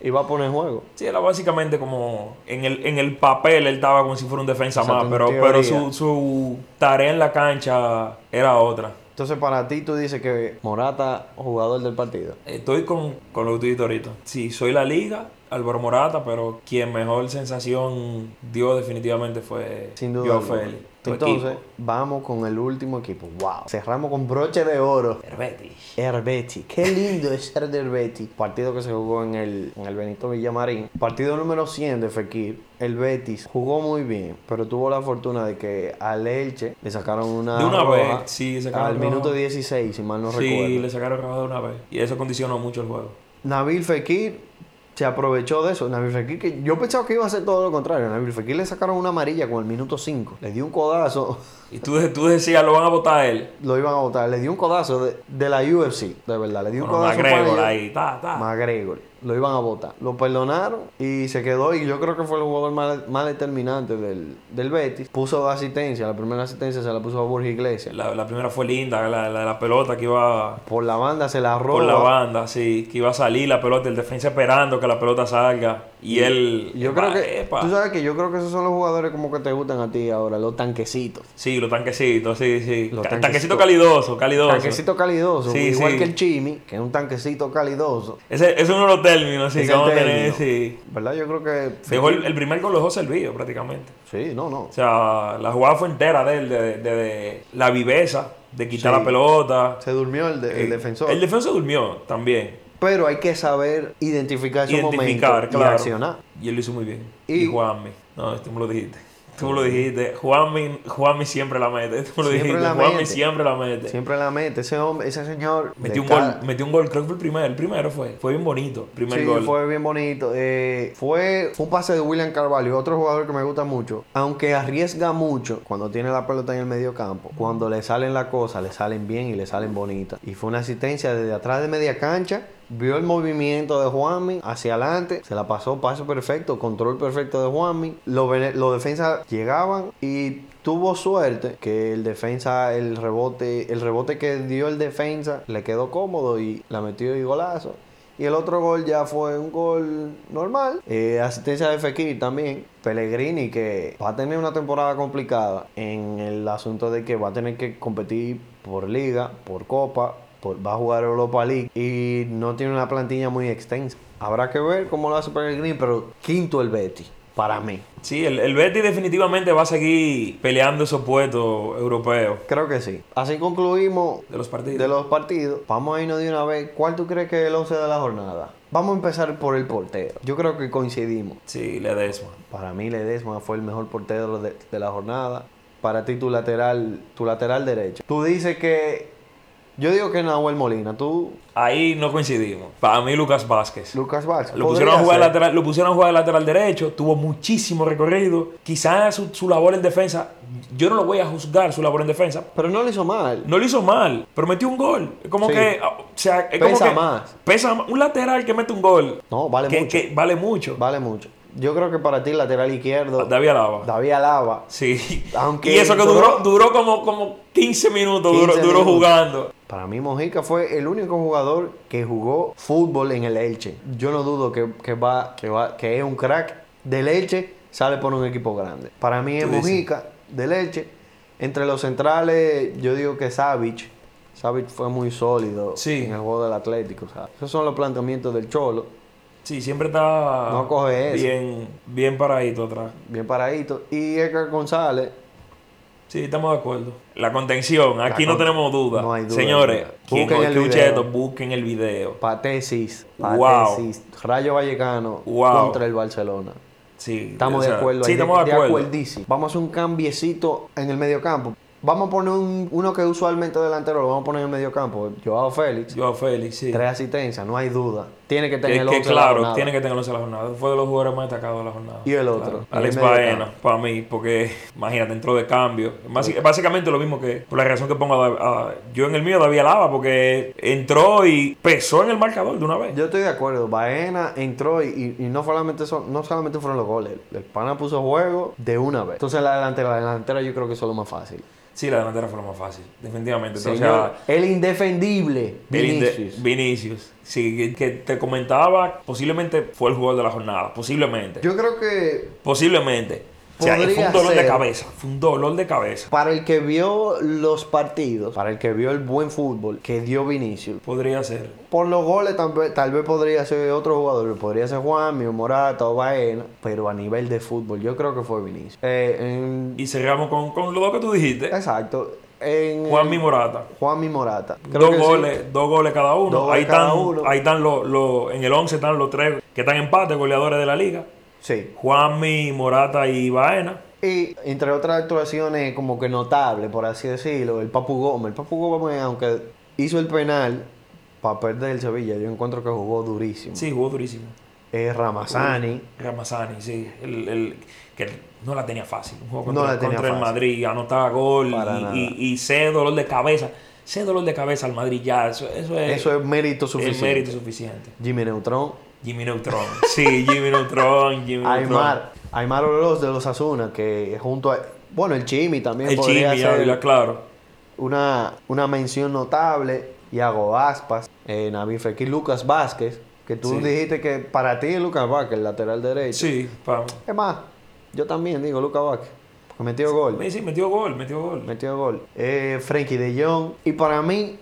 S1: y va a poner juego.
S2: Sí, era básicamente como en el, en el papel él estaba como si fuera un defensa
S1: Exacto,
S2: más,
S1: en
S2: pero,
S1: teoría.
S2: pero su, su tarea en la cancha era otra.
S1: Entonces, para ti, tú dices que Morata, jugador del partido.
S2: Estoy con, con lo que tú dijiste ahorita. Sí, soy la liga, Álvaro Morata, pero quien mejor sensación dio definitivamente fue
S1: Sin duda.
S2: Joao
S1: alguna.
S2: Félix. Tu
S1: Entonces,
S2: equipo.
S1: vamos con el último equipo. Wow. Cerramos con broche de oro.
S2: El Betis.
S1: Herbeti. Qué lindo es ser del Betis. Partido que se jugó en el, en el Benito Villamarín. Partido número 100 de Fekir. El Betis jugó muy bien, pero tuvo la fortuna de que al Elche le sacaron una.
S2: De una
S1: roja
S2: vez, sí, sacaron
S1: Al
S2: roja.
S1: minuto 16, si mal no
S2: sí,
S1: recuerdo.
S2: le sacaron roja de una vez. Y eso condicionó mucho el juego.
S1: Nabil Fekir se aprovechó de eso. Nabil Fekir, que yo pensaba que iba a hacer todo lo contrario. Nabil Fekir le sacaron una amarilla con el minuto 5. Le dio un codazo.
S2: Y tú, de- tú decías, lo van a votar a él.
S1: Lo iban a votar. Le dio un codazo de, de la UFC, de verdad. Le dio
S2: Bueno,
S1: un codazo. para ellos.
S2: McGregor ahí, ta, ta.
S1: McGregor. Lo iban a votar. Lo perdonaron y se quedó. Y yo creo que fue el jugador más, más determinante del, del Betis. Puso asistencia. La primera asistencia se la puso a Borja Iglesias.
S2: La, la primera fue linda, la, la de la pelota que iba
S1: Por la banda se la roba.
S2: por la banda, sí, que iba a salir la pelota, el defensa esperando que la pelota salga. Y él.
S1: Yo
S2: epa,
S1: creo que.
S2: epa.
S1: Tú sabes que yo creo que esos son los jugadores como que te gustan a ti ahora. Los tanquecitos.
S2: Sí, los tanquecitos, sí, sí.
S1: Los
S2: Ca-
S1: tanquecitos.
S2: tanquecito calidoso, calidoso.
S1: Tanquecito calidoso.
S2: Sí,
S1: igual
S2: sí.
S1: que el Chimi, que es un tanquecito calidoso.
S2: Ese, ese es uno de los términos, sí,
S1: Es
S2: que
S1: el
S2: vamos a tener,
S1: término.
S2: sí.
S1: ¿Verdad? Yo creo que.
S2: Dejó el, el primer gol lo dejó servido prácticamente.
S1: Sí, no, no.
S2: O sea, la jugada fue entera de él, de, de- de la viveza, de quitar
S1: Sí.
S2: la pelota.
S1: Se durmió el, de- el defensor.
S2: Eh, El defensor durmió también.
S1: Pero hay que saber identificar esos
S2: Identificar,
S1: momentos
S2: claro.
S1: y accionar.
S2: Y él lo hizo muy bien.
S1: Y-
S2: Y, Juanmi. No, tú me lo dijiste. Tú me lo dijiste. Juanmi, Juanmi siempre la mete. Tú me lo
S1: Siempre
S2: dijiste.
S1: la
S2: Juanmi
S1: mete.
S2: siempre la mete.
S1: Siempre la mete. Ese hombre, ese señor. de
S2: Metió un
S1: cara-
S2: gol, metió un gol, creo que fue el primero, el primero fue, fue bien bonito, primer
S1: Sí,
S2: gol.
S1: fue bien bonito. Eh, fue fue un pase de William Carvalho, otro jugador que me gusta mucho. Aunque arriesga mucho cuando tiene la pelota en el medio campo, cuando le salen las cosas, le salen bien y le salen bonitas. Y fue una asistencia desde atrás de media cancha. Vio el movimiento de Juanmi hacia adelante, se la pasó, paso perfecto, control perfecto de Juanmi. Los vene- los defensas llegaban y tuvo suerte que el defensa, el rebote, el rebote que dio el defensa le quedó cómodo y la metió y golazo. Y el otro gol ya fue un gol normal. Eh, asistencia de Fekir también. Pellegrini que va a tener una temporada complicada en el asunto de que va a tener que competir por liga, por copa, por, va a jugar Europa League y no tiene una plantilla muy extensa. Habrá que ver cómo lo hace Pellegrini, pero quinto el Betis, para mí.
S2: Sí, el, el Betis definitivamente va a seguir peleando esos puestos europeos
S1: Creo que sí. Así concluimos
S2: de los partidos.
S1: de los partidos. Vamos a irnos de una vez. ¿Cuál tú crees que es el 11 de la jornada? Vamos a empezar por el portero. Yo creo que coincidimos.
S2: Sí, Ledesma.
S1: Para mí Ledesma fue el mejor portero de, de la jornada. Para ti tu lateral, tu lateral derecho. Tú dices que yo digo que Nahuel Molina, tú
S2: Ahí no coincidimos. Para mí Lucas Vázquez.
S1: Lucas Vázquez.
S2: Lo pusieron, a
S1: podría
S2: jugar
S1: ser.
S2: lateral, lo pusieron a jugar de lateral derecho, tuvo muchísimo recorrido. Quizás su, su labor en defensa, yo no lo voy a juzgar su labor en defensa.
S1: pero no lo hizo mal.
S2: No lo hizo mal, pero metió un gol. Es Como
S1: Sí.
S2: que. O sea, es como
S1: Pesa
S2: que-
S1: más.
S2: Pesa más. Un lateral que mete un gol.
S1: No, vale
S2: que,
S1: mucho.
S2: que vale mucho.
S1: Vale mucho. Yo creo que para ti lateral izquierdo
S2: David Alaba.
S1: David Alaba.
S2: Sí.
S1: Aunque
S2: y eso que
S1: duró-
S2: duró, duró, como, como 15 minutos,
S1: 15
S2: duró, duró
S1: minutos.
S2: jugando.
S1: Para mí Mojica fue el único jugador que jugó fútbol en el Elche. Yo no dudo que, que va, que va, que es un crack del Elche, sale por un equipo grande. Para mí es
S2: Tú dices.
S1: Mojica del Elche. Entre los centrales, yo digo que Savic. Savic fue muy sólido
S2: Sí.
S1: en el juego del Atlético. o sea, esos son los planteamientos del Cholo.
S2: Sí, siempre está
S1: No coge eso.
S2: bien, bien paradito atrás.
S1: Bien paradito. Y Edgar González.
S2: Sí, estamos de acuerdo. La contención, aquí
S1: La
S2: no
S1: con-
S2: tenemos duda.
S1: no hay duda,
S2: Señores,
S1: no hay duda.
S2: quien
S1: Busquen el
S2: escuche
S1: video.
S2: esto, busquen el video.
S1: Patesis.
S2: Wow.
S1: Patesis. Rayo Vallecano
S2: Wow.
S1: contra el Barcelona.
S2: Sí,
S1: Estamos
S2: o sea,
S1: de acuerdo.
S2: Sí,
S1: ahí,
S2: estamos de acuerdo.
S1: acuerdísimo. Vamos a hacer un cambiecito en el mediocampo. Vamos a poner un- uno que usualmente es delantero, lo vamos a poner en el medio campo. Joao Félix,
S2: Yo a Félix, sí.
S1: tres asistencias, no hay duda. Tiene que tener
S2: Que,
S1: el
S2: que
S1: otro.
S2: claro, tiene que tenerlo en la jornada. Fue de los jugadores más destacados de la jornada.
S1: Y el otro,
S2: Claro.
S1: en
S2: Alex
S1: el medio
S2: Baena, para mí, porque imagínate, entró de cambio. Basi- Básicamente lo mismo que por la razón que pongo a, a- yo en el mío, David Alaba, porque entró y pesó en el marcador de una vez.
S1: Yo estoy de acuerdo. Baena entró y, y no solamente son, no solamente fueron los goles. El pana puso juego de una vez. Entonces la delantera, la delantera yo creo que eso es lo más fácil.
S2: Sí, la delantera fue lo más fácil, definitivamente. Entonces, o
S1: Señor,
S2: sea,
S1: el indefendible.
S2: el inde-
S1: Vinicius.
S2: Vinicius. Sí, que, que te comentaba, posiblemente fue el jugador de la jornada, posiblemente.
S1: Yo creo que
S2: Posiblemente. O sea, y fue
S1: Podría
S2: un dolor
S1: ser.
S2: de cabeza, fue un dolor de cabeza.
S1: para el que vio los partidos, para el que vio el buen fútbol que dio Vinicius,
S2: Podría ser.
S1: por los goles tal vez, tal vez podría ser otro jugador, podría ser Juan, o Morata o Baena, pero a nivel de fútbol yo creo que fue Vinicius. Eh, en-
S2: Y cerramos con, con lo que tú dijiste.
S1: exacto. En,
S2: Juanmi Morata.
S1: Juanmi Morata. Creo
S2: Dos
S1: que sí.
S2: goles, dos goles cada uno.
S1: Dos goles
S2: ahí,
S1: cada
S2: están,
S1: uno.
S2: ahí están los, los- en el 11 están los tres que están en empate, goleadores de la liga.
S1: Sí.
S2: Juanmi, Morata y Baena.
S1: Y entre otras actuaciones como que notables, por así decirlo, el Papu Gómez. El Papu Gómez, aunque hizo el penal para perder el Sevilla, yo encuentro que jugó durísimo.
S2: Sí, jugó durísimo.
S1: Es Ramazani.
S2: Ramazani, sí. El, el- que no la tenía fácil. Un juego contra,
S1: No la tenía
S2: contra el
S1: fácil.
S2: Madrid, anotaba gol y,
S1: Para nada.
S2: y, y sé dolor de cabeza. Sé dolor de cabeza al Madrid ya. Eso, eso es,
S1: Eso es mérito suficiente.
S2: es mérito suficiente.
S1: Jimmy Neutron.
S2: Jimmy Neutron. Sí, Jimmy Neutron, Jimmy Neutron.
S1: Aymar. Aymar Oroz de los Asuna, que junto a... Bueno, el Jimmy también
S2: El
S1: podría
S2: Jimmy,
S1: ser
S2: Ávila, claro.
S1: una, una mención notable. Iago Aspas, eh, Navi Fekir, Lucas Vázquez, que tú
S2: Sí.
S1: dijiste que para ti es Lucas Vázquez, el lateral derecho.
S2: Sí, para mí.
S1: Es más, yo también digo Lucas Vázquez, porque metió gol.
S2: Sí, sí, metió gol, metió gol.
S1: Metió gol. Eh, Frankie de Jong. Y para mí,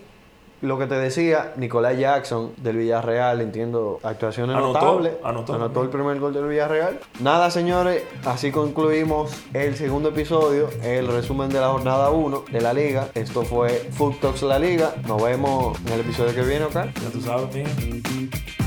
S1: lo que te decía, Nicolás Jackson del Villarreal, entiendo, actuaciones
S2: Anotó,
S1: notables.
S2: anotó.
S1: el primer gol del Villarreal. Nada, señores, así concluimos el segundo episodio, el resumen de la jornada 1 de la liga. Esto fue Food Talks La Liga. Nos vemos en el episodio que viene, ¿ok?
S2: Ya tú sabes, mira.